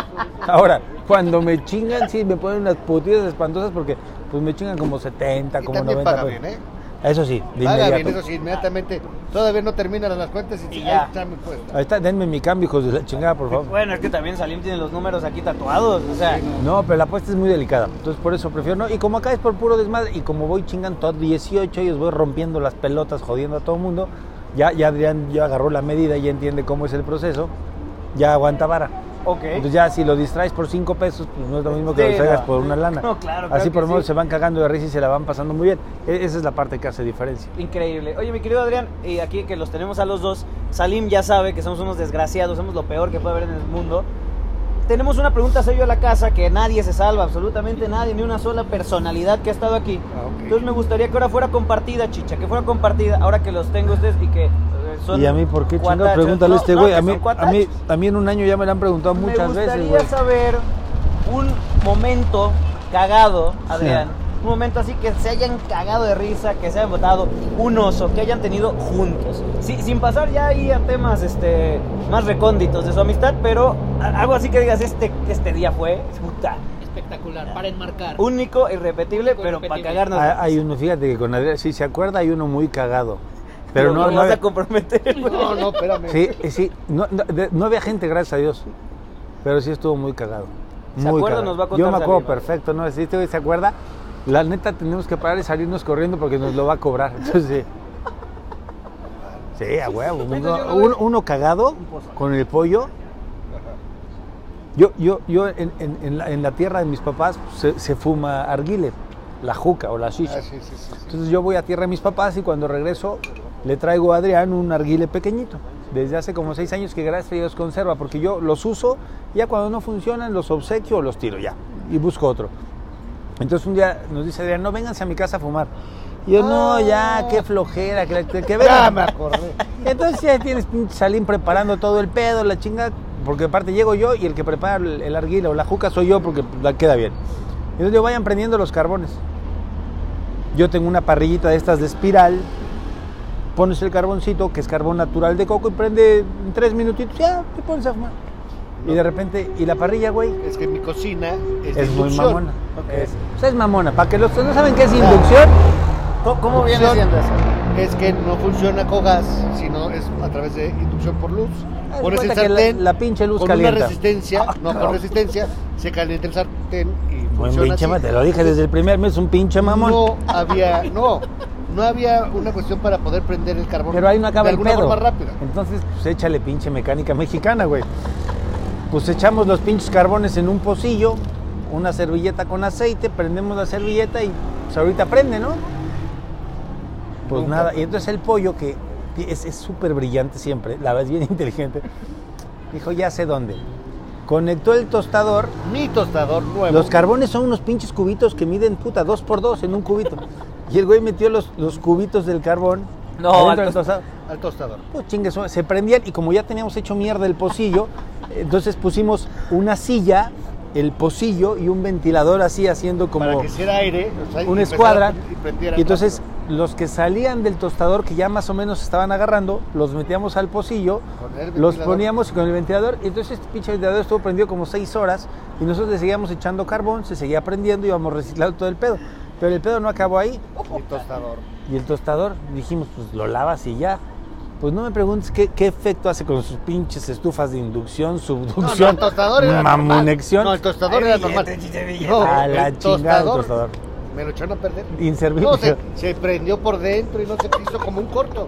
Ahora, cuando me chingan, sí, me ponen unas putidas espantosas porque pues me chingan como 70, Y como también 90 paga pesos. bien, ¿eh? Eso sí, de Paga inmediato. bien, eso sí, inmediatamente. Todavía no terminan las cuentas y, Y ahí ya. está mi puesta. Ahí está, denme mi cambio, hijos de la chingada, [laughs] por favor. Bueno, es que también Salim tiene los números aquí tatuados. O sea, No, pero la apuesta es muy delicada. Entonces, por eso prefiero no. Y como acá es por puro desmadre, y como voy chingan todos 18 y os voy rompiendo las pelotas, jodiendo a todo el mundo, ya, ya Adrián ya agarró la medida, ya entiende cómo es el proceso, ya aguanta vara. ok. Entonces ya si lo distraes por cinco pesos, pues no es lo mismo que Sí, lo distraigas no. por una lana. [laughs] No, claro, claro Así por que lo menos sí. se van cagando de risa y se la van pasando muy bien. E- Esa es la parte que hace diferencia. Increíble. Oye, mi querido Adrián, y aquí que los tenemos a los dos, Salim ya sabe que somos unos desgraciados, somos lo peor que puede haber en el mundo. Tenemos una pregunta sello a la casa que nadie se salva, absolutamente nadie, ni una sola personalidad que ha estado aquí. Ah, ok. Entonces me gustaría que ahora fuera compartida, chicha, que fuera compartida, ahora que los tengo ustedes y que eh, son. y a mí, ¿por qué chingado? cuatachos. Pregúntale a No, este no, güey. que a, mí, son a, mí, cuatachos. a mí en un año ya me lo han preguntado muchas Me veces, gustaría güey. saber un momento cagado, Adrián. Un momento así que se hayan cagado de risa, que se hayan botado un oso, que hayan tenido juntos. Sí, sin pasar ya ahí a temas este, más recónditos de su amistad, pero a- algo así que digas, este, este día fue puta, Espectacular, para enmarcar. único, irrepetible, Único, pero para irrepetible. cagarnos. Ah, Hay uno, fíjate que con Adrián, si se acuerda, hay uno muy cagado. Pero no, nos no vas había- a comprometer. güey. No, no, espérame. Sí, eh, sí, no, no, de- no había gente, gracias a Dios. Pero sí estuvo muy cagado. ¿Se muy acuerda? cagado. Nos va a contar Yo me acuerdo Salim. perfecto, ¿no? Si este güey se acuerda, la neta tenemos que parar y salirnos corriendo porque nos lo va a cobrar. Entonces, sí. Sí, a huevo. Uno, uno- uno cagado con el pollo. Yo, yo, yo en, en- en la, en la tierra de mis papás pues, se, se fuma arguile, la juca o la shisha. Ah, sí, sí, sí, sí. Entonces yo voy a tierra de mis papás y cuando regreso le traigo a Adrián un arguile pequeñito. Desde hace como seis años que gracias a Dios conserva, porque yo los uso, ya cuando no funcionan los obsequio o los tiro ya y busco otro. Entonces un día nos dice Adrián, no vénganse a mi casa a fumar. Y yo, no, ya, qué flojera, que, [laughs] que, que Ah. Ya vengan". me acordé. Entonces ya tienes pinche Salim preparando todo el pedo, la chinga, porque aparte llego yo y el que prepara el, el arguila o la juca soy yo porque la queda bien. Entonces yo vayan prendiendo los carbones. Yo tengo una parrillita de estas de espiral, pones el carboncito, que es carbón natural de coco, y prende en tres minutitos, ya te pones a fumar. Y de repente, y la parrilla, güey, Es que mi cocina es, es, de muy inducción. mamona. Es, o sea, es mamona, para que los que no saben qué es inducción, ¿Cómo, cómo viene siendo eso? Es que no funciona con gas, sino es a través de inducción por luz. Haz de Pones el cuenta que la- sartén, la pinche luz con calienta. Ah, una resistencia, no con resistencia, se calienta el sartén y un funciona pinche, así. ma- te lo dije desde el primer mes, un pinche mamón. No había, no, no había una cuestión para poder prender el carbón. Pero ahí no acaba de el alguna pedo. forma rápida. Entonces, pues échale pinche mecánica mexicana, güey. Pues echamos los pinches carbones en un pocillo, una servilleta con aceite, prendemos la servilleta y pues ahorita prende, ¿no? Pues nada, y entonces el pollo que ti- es es súper brillante siempre, la verdad es bien [laughs] inteligente. Dijo, ya sé dónde. Conectó el tostador Mi tostador nuevo. los carbones son unos pinches cubitos que miden puta dos por dos en un cubito. Y el güey metió los, los cubitos del carbón. No, adentro al del tos- tostado. Al tostador. Pues chingue su- se prendían y como ya teníamos hecho mierda el pocillo, entonces pusimos una silla, el pocillo y un ventilador así haciendo como Para que hiciera aire. o sea, y empezara una escuadra. y prendiera Y entonces rápido. los que salían del tostador, que ya más o menos estaban agarrando, los metíamos al pocillo, Con el ventilador. los poníamos con el ventilador. Y entonces este pinche ventilador estuvo prendido como seis horas y nosotros le seguíamos echando carbón, se seguía prendiendo, íbamos reciclando todo el pedo. Pero el pedo no acabó ahí. Mi tostador. Y el tostador, dijimos, pues lo lavas y ya. Pues no me preguntes qué, qué efecto hace con sus pinches estufas de inducción, No, subducción, no, el tostador era normal. mamonexión. No, el tostador era normal. No, a la el chingada el tostador tostador. Me lo echaron a perder. Inservible. No, se, se prendió por dentro y no se hizo como un corto.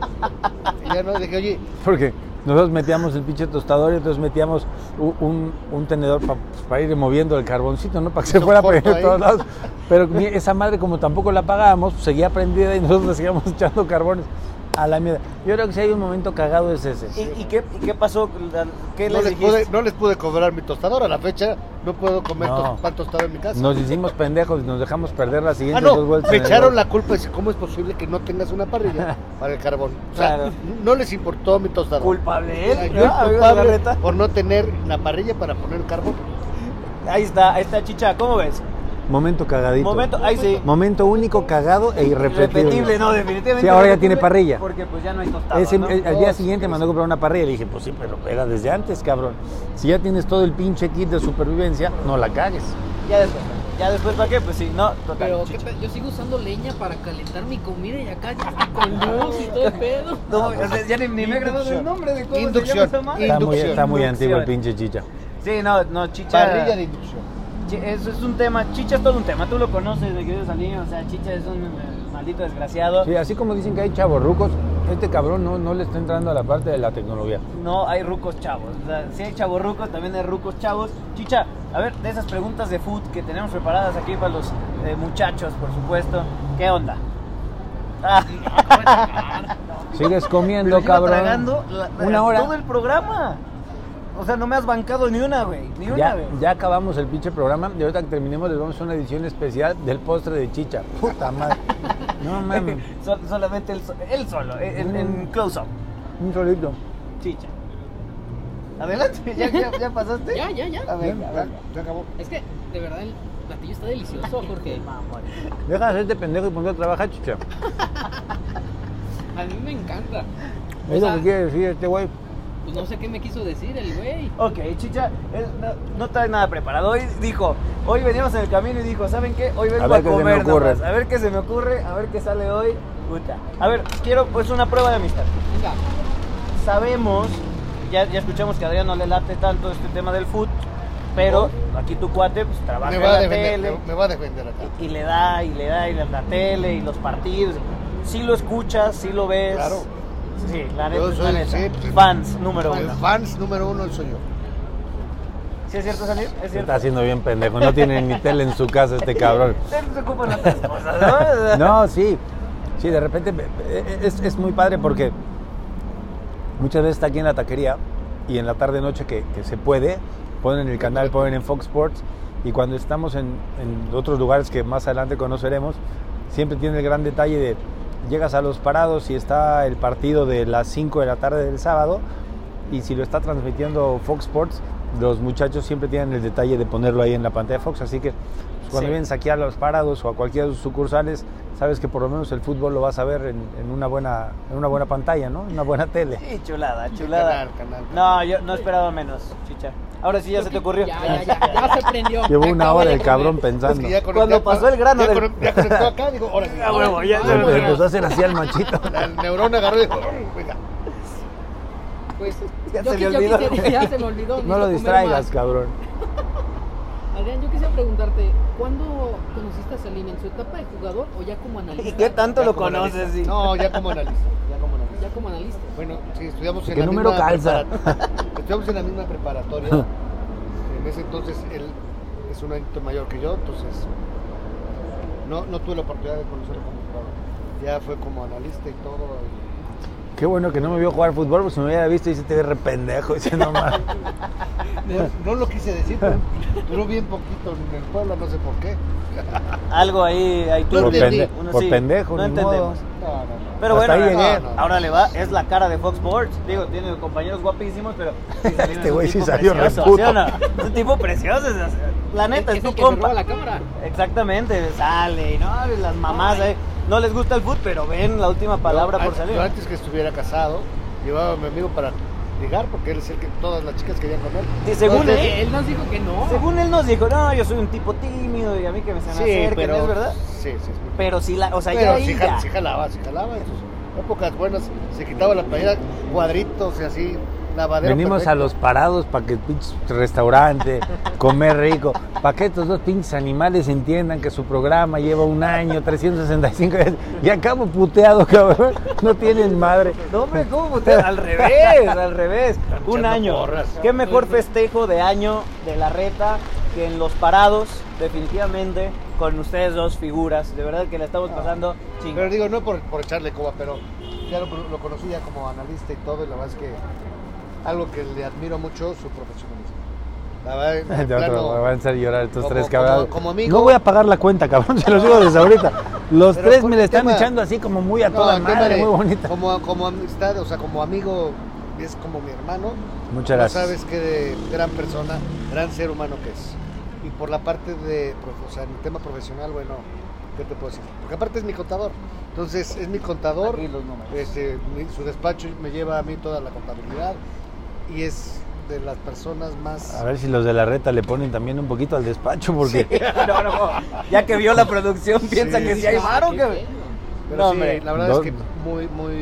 Y ya no, dije, oye, [laughs] Porque nosotros metíamos el pinche tostador y entonces metíamos u- un, un tenedor pa- pues, para ir moviendo el carboncito, ¿no? Para que se Hizo fuera corto prendiendo ahí. todos lados. Pero mi- esa madre, como tampoco la pagábamos, pues, seguía prendida y nosotros le seguíamos [laughs] echando carbones a la mierda. Yo creo que si hay un momento cagado es ese. ¿Y, y qué, y qué pasó? ¿Qué no les les, dijiste? pude, no les pude cobrar mi tostador. A la fecha no puedo comer No. tos- pan tostado en mi casa. Nos hicimos pendejos y nos dejamos perder las Ah, siguientes dos no, vueltas. me en el echaron bote. la culpa y dice, ¿cómo es posible que no tengas una [laughs] parrilla para el carbón? O sea, Claro. no les importó mi tostador. Culpable él, O sea, ¿no? yo Amigos de la culpable reta. por no tener la parrilla para poner el carbón. Ahí está, ahí está Chicha, ¿cómo ves? Momento cagadito. Momento, ahí sí. Momento único, cagado e irrepetible. Repetible, no, definitivamente. Sí, ahora ya repetible, tiene parrilla. Porque pues ya no hay tostado, Ese- ¿no? el- al día siguiente mandó a comprar una parrilla y le dije, pues sí, pero era desde antes, cabrón. Si ya tienes todo el pinche kit de supervivencia, no la cagues. Ya después, ya después, ¿para qué? Pues sí, no, total, Pero ¿qué Chicha. pe- yo sigo usando leña para calentar mi comida y acá ya está con luz y todo el pedo. No, o sea, ya ni, ni me he grabado el nombre de cómo Inducción. se llama esa madre. Está muy, está muy Inducción. antiguo el pinche chicha. Sí, no, no, Chicha. Parrilla de inducción. Chi- Eso es un tema, Chicha es todo un tema, tú lo conoces, mi querido Saliño, o sea, Chicha es un eh, maldito desgraciado. Sí, así como dicen que hay chavorrucos, este cabrón no, no le está entrando a la parte de la tecnología. No hay rucos chavos. O sea, sí hay chavos rucos, también hay rucos chavos. Chicha, a ver, de esas preguntas de food que tenemos preparadas aquí para los eh, muchachos, por supuesto, ¿qué onda? Ah, Sigues comiendo, pero llevo cabrón. tragando la- la- Una todo el hora. programa. O sea, no me has bancado ni una, güey. Ni una, Ya, güey. ya acabamos el pinche programa. Y ahorita que terminemos, les vamos a hacer una edición especial del postre de chicha. Puta madre. No mames. [laughs] Mm. Sol- solamente él, so- él solo, eh, en, en- en close-up. Un solito. Chicha. Adelante, [laughs] ¿ya, ya, ya pasaste? Ya, ya, ya. A ver, a ver. Se acabó. Es que de verdad el platillo está delicioso, Jorge. Deja de hacerte pendejo y ponte a trabajar, chicha. A mí me encanta. O Es lo sea, que quiere decir este güey. pues no sé qué me quiso decir el güey. Ok, Chicha, él no, no trae nada preparado. Hoy dijo, hoy veníamos en el camino y dijo, ¿saben qué? Hoy vengo A a, ver qué se me comer ocurre. nomás, A ver qué se me ocurre, a ver qué sale hoy. Puta. A ver, quiero pues una prueba de amistad. Venga, Sabemos, ya, ya escuchamos que a Adrián no le late tanto este tema del food, pero aquí tu cuate pues trabaja Oh. Me en va a la defender, tele me, me va a defender acá. y, y le da, y le da, y la, la tele y los partidos. Sí lo escuchas, sí lo ves. Claro. Sí, la neta, Yo es la soy neta. sí. Fans número El uno. fans número uno soy yo. ¿Sí es cierto, Salir? ¿Es Se cierto? está haciendo bien pendejo. No tiene ni tele en su [laughs] casa este cabrón. Ustedes se ocupan otras cosas, ¿no? [laughs] No, sí. Sí, de repente eh, es, es muy padre porque muchas veces está aquí en la taquería y en la tarde-noche que, que se puede, ponen el canal, ponen en Fox Sports y cuando estamos en, en otros lugares que más adelante conoceremos, siempre tiene el gran detalle de llegas a los parados y está el partido de las 5 de la tarde del sábado y si lo está transmitiendo Fox Sports, los muchachos siempre tienen el detalle de ponerlo ahí en la pantalla de Fox, así que pues, cuando Sí. vienes aquí a los parados o a cualquiera de sus sucursales, sabes que por lo menos el fútbol lo vas a ver en, en una, buena, en una buena pantalla, ¿no? En una buena tele. Sí, chulada, chulada. Canal, canal. No, yo no esperaba menos, chicha. Ahora sí ya se te ocurrió. Ya, ya, ya. Ya se prendió. Llevo una Acabo hora de el comer. cabrón Es pensando. que ya con- Cuando ya- pasó el grano ya del- con- ya que se entró acá, digo, ahora sí. [laughs] Ah, huevo, ya, Se ya, me ya. empezó a hacer así al machito. La neurona agarró y dijo, "Oh, venga. Pues, Ya yo se le qui- yo olvidó, quisiera- güey. ya se le [laughs] olvidó, No necesito lo comer distraigas, más. cabrón. Adrián, yo quisiera preguntarte, ¿cuándo conociste a Salim? ¿En su etapa de jugador o ya como [laughs] analista? ¿Y qué tanto Ya lo como conoces? analista. sí? No, ya como analista. Ya como analista. Ya como analista. Bueno, sí, estudiamos en ¿Qué la número misma calza? prepara- Estudiamos en la [laughs] misma preparatoria. En ese entonces él es un año mayor que yo, entonces no, no tuve la oportunidad de conocerlo como jugador. Ya fue como analista y todo. y Qué bueno que no me vio jugar fútbol, porque si me hubiera visto, dice, te ve re pendejo. Dice, [laughs] no mames. No, no lo quise decir, pero duró bien poquito en el pueblo, no sé por qué. Algo ahí, ahí tú. Por pende- por pendejo, No ni entendemos. modo. No, no, no. Pero Hasta bueno, ahí ahora, llegué. ahora le va, es la cara de Fox Sports. Digo, tiene compañeros guapísimos, pero. [laughs] sí salió Este un güey sí tipo salió re precioso, puto. ¿sí o no? Es un tipo precioso. es- La neta, Es es, tu el que se roba compa. la cámara. Exactamente, sale, y ¿no? y Las mamás, Ay. eh, no les gusta el fútbol, pero ven la última palabra Yo, por an- salir. yo antes que estuviera casado, llevaba a mi amigo para ligar, porque él es el que todas las chicas querían con él. Y según Entonces, él- Porque él nos dijo que no. Según él nos dijo, no, yo soy un tipo tímido y a mí que me se me Sí, acerquen", pero. ¿es verdad? Sí, sí, sí. Pero si la, o sea, ya Pero ahí sí, ya. ja- sí jalaba, sí jalaba. En sus épocas buenas se quitaba la playera, cuadritos y así, lavadero. Venimos a perfecto. los parados para que el pinche restaurante, comer rico, para que estos dos pinches animales entiendan que su programa lleva un año, 365 días, y acabo puteado, cabrón. No tienen madre. No, hombre, ¿cómo usted? Al revés, al revés. Un echando año. porras. Qué mejor festejo de año de la reta que en los parados, definitivamente, con ustedes dos figuras. De verdad que la estamos pasando Pero chingón. digo, no por, por echarle coba, pero ya lo, lo conocí ya como analista y todo, y la verdad es que algo que le admiro mucho su profesionalismo. La verdad, en [laughs] De otro, plano, me van a hacer llorar estos como- tres cabrones. como- como amigo. no voy a pagar la cuenta, cabrón, [laughs] se los digo desde ahorita. Los Pero tres por me le el están tema- echando así como muy a no, toda el tema madre, de- muy bonita. Como, como amistad, o sea, como amigo, es como mi hermano. Muchas No gracias. sabes qué de gran persona, gran ser humano que es. Y por la parte de, prof- o sea, en el tema profesional, bueno, ¿qué te puedo decir? Porque aparte es mi contador. Entonces, es mi contador. Aquí los números. Este, mi- su despacho me lleva a mí toda la contabilidad y es de las personas más... A ver si los de la reta le ponen también un poquito al despacho, porque [laughs] No, no, ya que vio la producción, piensa Sí. que si hay varo, Qué que. bueno. Pero No, sí, hombre. la verdad Dos- es que muy, muy...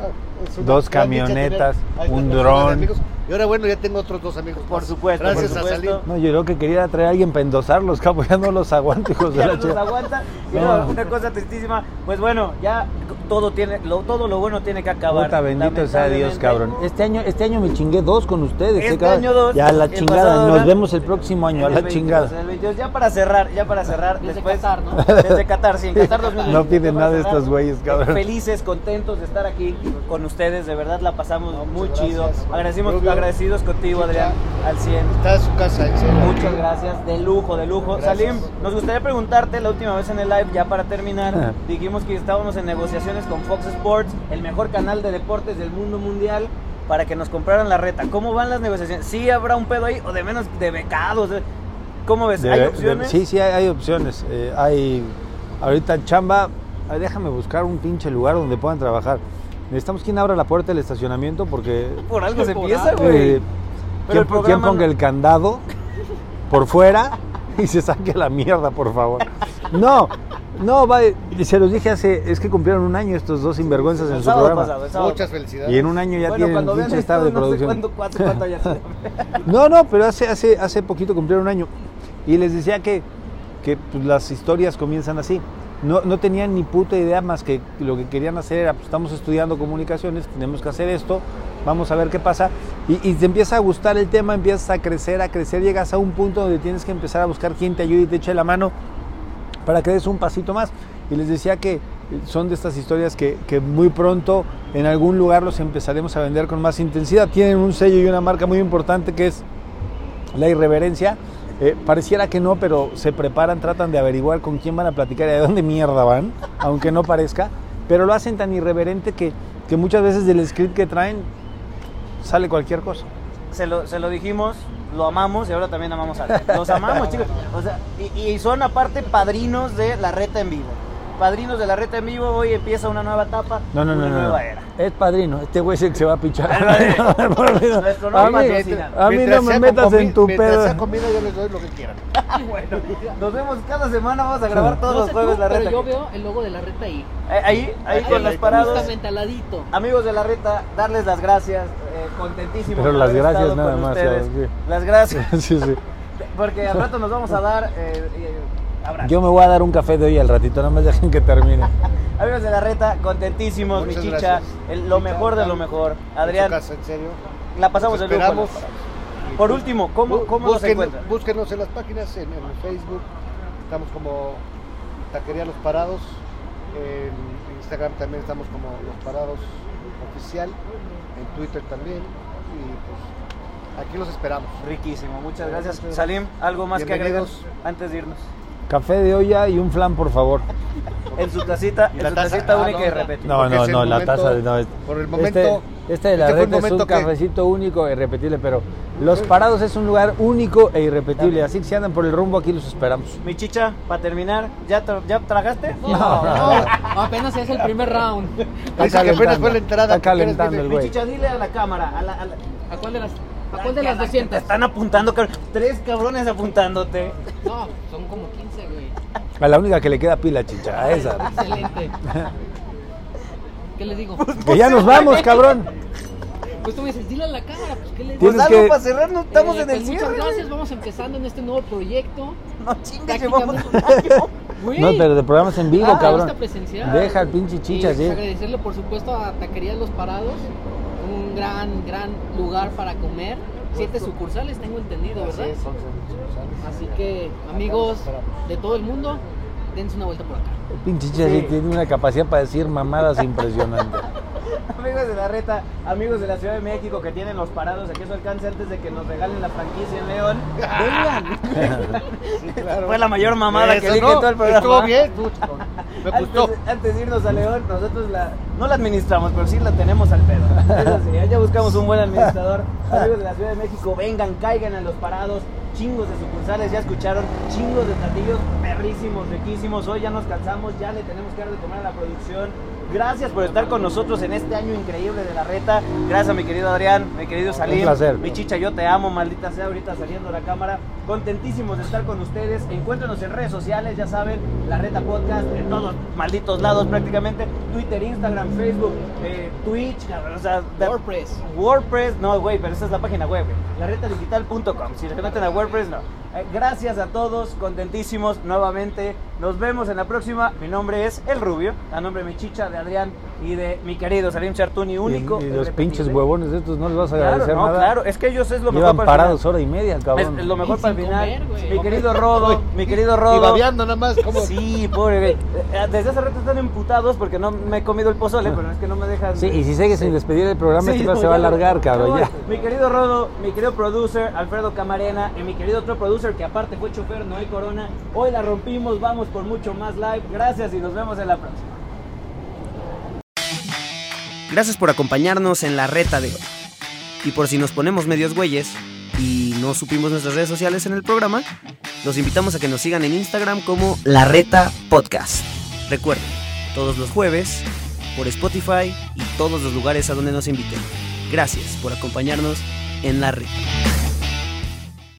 ah, es una Dos gran dicha tener camionetas, a esta un persona de dron. amigos. Y ahora, bueno, ya tengo otros dos amigos. Por más. supuesto, por Gracias supuesto. a salir. no, yo creo que quería traer a alguien para endosarlos, cabrón, [laughs] ya no los aguanto, hijos de ya Pues la no nos chica. aguanta. Y No. luego, una cosa tristísima. Pues bueno, ya todo tiene, lo, todo lo bueno tiene que acabar. Puta, bendito sea Dios, lamentablemente. cabrón. Este año, este año me chingué dos con ustedes. Este ¿eh, cabrón? año dos, Ya a la el chingada. pasado Nos ahora, vemos el próximo año, a En la el 22, en chingada. el 22. Ya para cerrar, ya para cerrar. Desde después, Qatar, ¿no? Desde Qatar, [laughs] sí, en Qatar 2022, No piden ya para nada de cerrar. estos güeyes, cabrón. Felices, contentos de estar aquí con ustedes. De verdad la pasamos muy muchas chido. gracias. Agradecimos, Rubio. agradecidos contigo, Sí, Adrián, al 100. Está en su casa, en serio. Muchas gracias, de lujo, de lujo. Gracias. Salim, nos gustaría preguntarte la última vez en el live, ya para terminar, Ah. dijimos que estábamos en negociaciones con Fox Sports, el mejor canal de deportes del mundo mundial, para que nos compraran la reta. ¿Cómo van las negociaciones? ¿Sí habrá un pedo ahí o de menos de becados? ¿Cómo ves? De- ¿Hay de- opciones? sí, sí, hay, hay opciones. Eh, hay ahorita chamba. ay, déjame buscar un pinche lugar donde puedan trabajar. Necesitamos quien abra la puerta del estacionamiento porque Por algo se Por empieza, algo. güey. Pero eh, el ¿quién, quién programa ponga no- el candado por fuera [laughs] y se saque a la mierda, por favor? No, no, va, y se los dije hace, es que cumplieron un año estos dos sinvergüenzas en El su sábado programa. pasado, el sábado. Muchas felicidades. Y en un año ya bueno, tienen cuando un vean pinche esto, estado de no sé producción. cuándo, cuánto, cuánto haya sido. No, no, pero hace, hace, hace poquito cumplieron un año. Y les decía que, que pues, las historias comienzan así. No, no tenían ni puta idea más que lo que querían hacer era, pues estamos estudiando comunicaciones, tenemos que hacer esto, vamos a ver qué pasa. Y, y te empieza a gustar el tema, empiezas a crecer, a crecer, llegas a un punto donde tienes que empezar a buscar quién te ayude y te eche la mano para que des un pasito más. Y les decía que eh, son de estas historias que, que muy pronto en algún lugar los empezaremos a vender con más intensidad. Tienen un sello y una marca muy importante que es la irreverencia. Eh, pareciera que no, pero se preparan, tratan de averiguar con quién van a platicar y de dónde mierda van, aunque no parezca. Pero lo hacen tan irreverente que, que muchas veces del script que traen sale cualquier cosa. se lo, se lo dijimos, lo amamos y ahora también amamos a Adrián. Los amamos, chicos. O sea, y, y son aparte padrinos de la reta en vivo. Padrinos de la reta en vivo, hoy empieza una nueva etapa, No, no, una no, no, no. nueva era. Es padrino. Este güey es el que se va a pichar. [laughs] Nuestro nuevo A mí- patrocinador. a mí no Mientras me sea metas con comi- en tu mientras pedo. sea comida, yo les doy lo que quieran. Bueno, nos vemos cada semana, vamos a grabar todos No los sé jueves tú, la reta. Pero yo aquí. veo el logo de la reta ahí. Eh, Ahí, ahí con los ahí, parados. Justamente al ladito. Amigos de la reta, darles las gracias, eh, contentísimo. Pero por las haber gracias estado nada con más, ustedes. ya, sí. Las [laughs] gracias, Sí, sí. porque al rato nos vamos a dar eh, eh, abrazos. Yo me voy a dar un café de hoy al ratito, nada más dejen que termine. Amigos de la reta, contentísimos, Muchas mi chicha, gracias. el- lo mejor de lo mejor. En su Adrián, casa, en serio. la pasamos Los de lujo. esperamos. Por último, ¿cómo, Bú- cómo nos búsquenos- encuentran? Búsquenos en las páginas, en, en Facebook. Estamos como Taquería Los Parados. En Instagram también estamos como Los Parados Oficial, en Twitter también. Y pues aquí los esperamos. Riquísimo, muchas gracias. Salim, algo más que agregar Bienvenidos. antes de irnos. Café de olla y un flan, por favor. En su tacita, ¿Y en la su taza? tacita Ah, única y no, la- repetida. No, Porque no, es el no, la momento- taza de no. es- por el momento- Este, este de la este fue el reta es un momento que- [laughs] cafecito único e irrepetible, pero Los Parados es un lugar único e irrepetible. Así que si andan por el rumbo, aquí los esperamos. Mi chicha, para terminar, ¿ya, tra- ya tragaste? No, no, apenas es el primer round. Dice que apenas fue la entrada. Está calentando el Mi güey. chicha, dile a la cámara, a la... a la- ¿A cuál de las, a cuál de las la que 200? Te están apuntando, cabrón. Tres cabrones apuntándote. No, son como 15, güey. A la única que le queda pila, chicha, a [laughs] esa. [laughs] Excelente. ¿Qué le digo? Pues, Que Pues ya nos vamos, cabrón. Pues tú me dices, dile a la cámara, pues ¿qué le digo? Pues Tienes algo que- para cerrar, no estamos Eh, en el pues, cierre. Muchas güey. gracias, vamos empezando en este nuevo proyecto. No chingas, Prácticamente- llevamos un año. [laughs] Güey. No, pero de programas en vivo, Ah, cabrón. está presencial. Deja al pinche chicha, Y, pues, sí. Agradecerle, por supuesto, a Taquería Los Parados. Un gran, gran lugar para comer. Siete sucursales, tengo entendido, ¿verdad? Así que, amigos de todo el mundo, dense una vuelta por acá. El pinche chicha sí tiene una capacidad para decir [laughs] mamadas impresionante. [laughs] Amigos de la reta, amigos de la Ciudad de México que tienen los parados aquí a su alcance antes de que nos regalen la franquicia en [laughs] León. Fue la mayor mamada que Eso dije no, en todo el programa. Estuvo bien, estuvo chingón. [laughs] Me Antes, gustó. antes de irnos a León, nosotros la, no la administramos, pero sí la tenemos al pedo. Eso sí, ya buscamos un buen administrador. Amigos de la Ciudad de México, vengan, caigan a los parados. Chingos de sucursales, ya escucharon. Chingos de platillos perrísimos, riquísimos. Hoy ya nos cansamos, ya le tenemos que dar de comer a la producción. Gracias por estar con nosotros en este año increíble de la reta. Gracias a mi querido Adrián, mi querido Salim. Un placer. Mi chicha, yo te amo, maldita sea, ahorita saliendo la cámara. Contentísimos de estar con ustedes. Encuéntrenos en redes sociales, ya saben, la reta podcast, en todos malditos lados prácticamente. Twitter, Instagram, Facebook, eh, Twitch, cabrón, o sea, de- WordPress. WordPess, no, güey, pero esa es la página web, güey. Larretadigital.com. Si se conectan a WordPress, no. Eh, gracias a todos, contentísimos nuevamente. Nos vemos en la próxima. Mi nombre es El Rubio, a nombre de mi chicha, de Adrián y de mi querido Salim Chartuni, único. Y, y los irrepetible. pinches huevones estos no les vas a Claro, agradecer no, nada. claro, es que ellos es lo mejor Llevan para el parados final. hora y media, cabrón. Es lo mejor Y para el sin final. comer, güey. mi querido Rodo, mi querido Y Rodo. babeando nada más. Como... Sí, pobre güey. Eh, Desde hace rato están emputados porque no me he comido el pozole, pero es que no me dejan. Sí, y si sigues sin despedir el Sí, programa, este no, se va a ya. alargar, No, cabrón. Ya. Mi querido Rodo, mi querido producer, Alfredo Camarena, y mi querido otro producer que aparte fue chofer, Noé Corona. Hoy la rompimos, vamos por mucho más live. Gracias y nos vemos en la próxima. Gracias por acompañarnos en la reta de hoy. Y por si nos ponemos medios güeyes y no supimos nuestras redes sociales en el programa, los invitamos a que nos sigan en Instagram como La Reta Podcast. Recuerden, todos los jueves, por Spotify y todos los lugares a donde nos inviten. Gracias por acompañarnos en La Reta.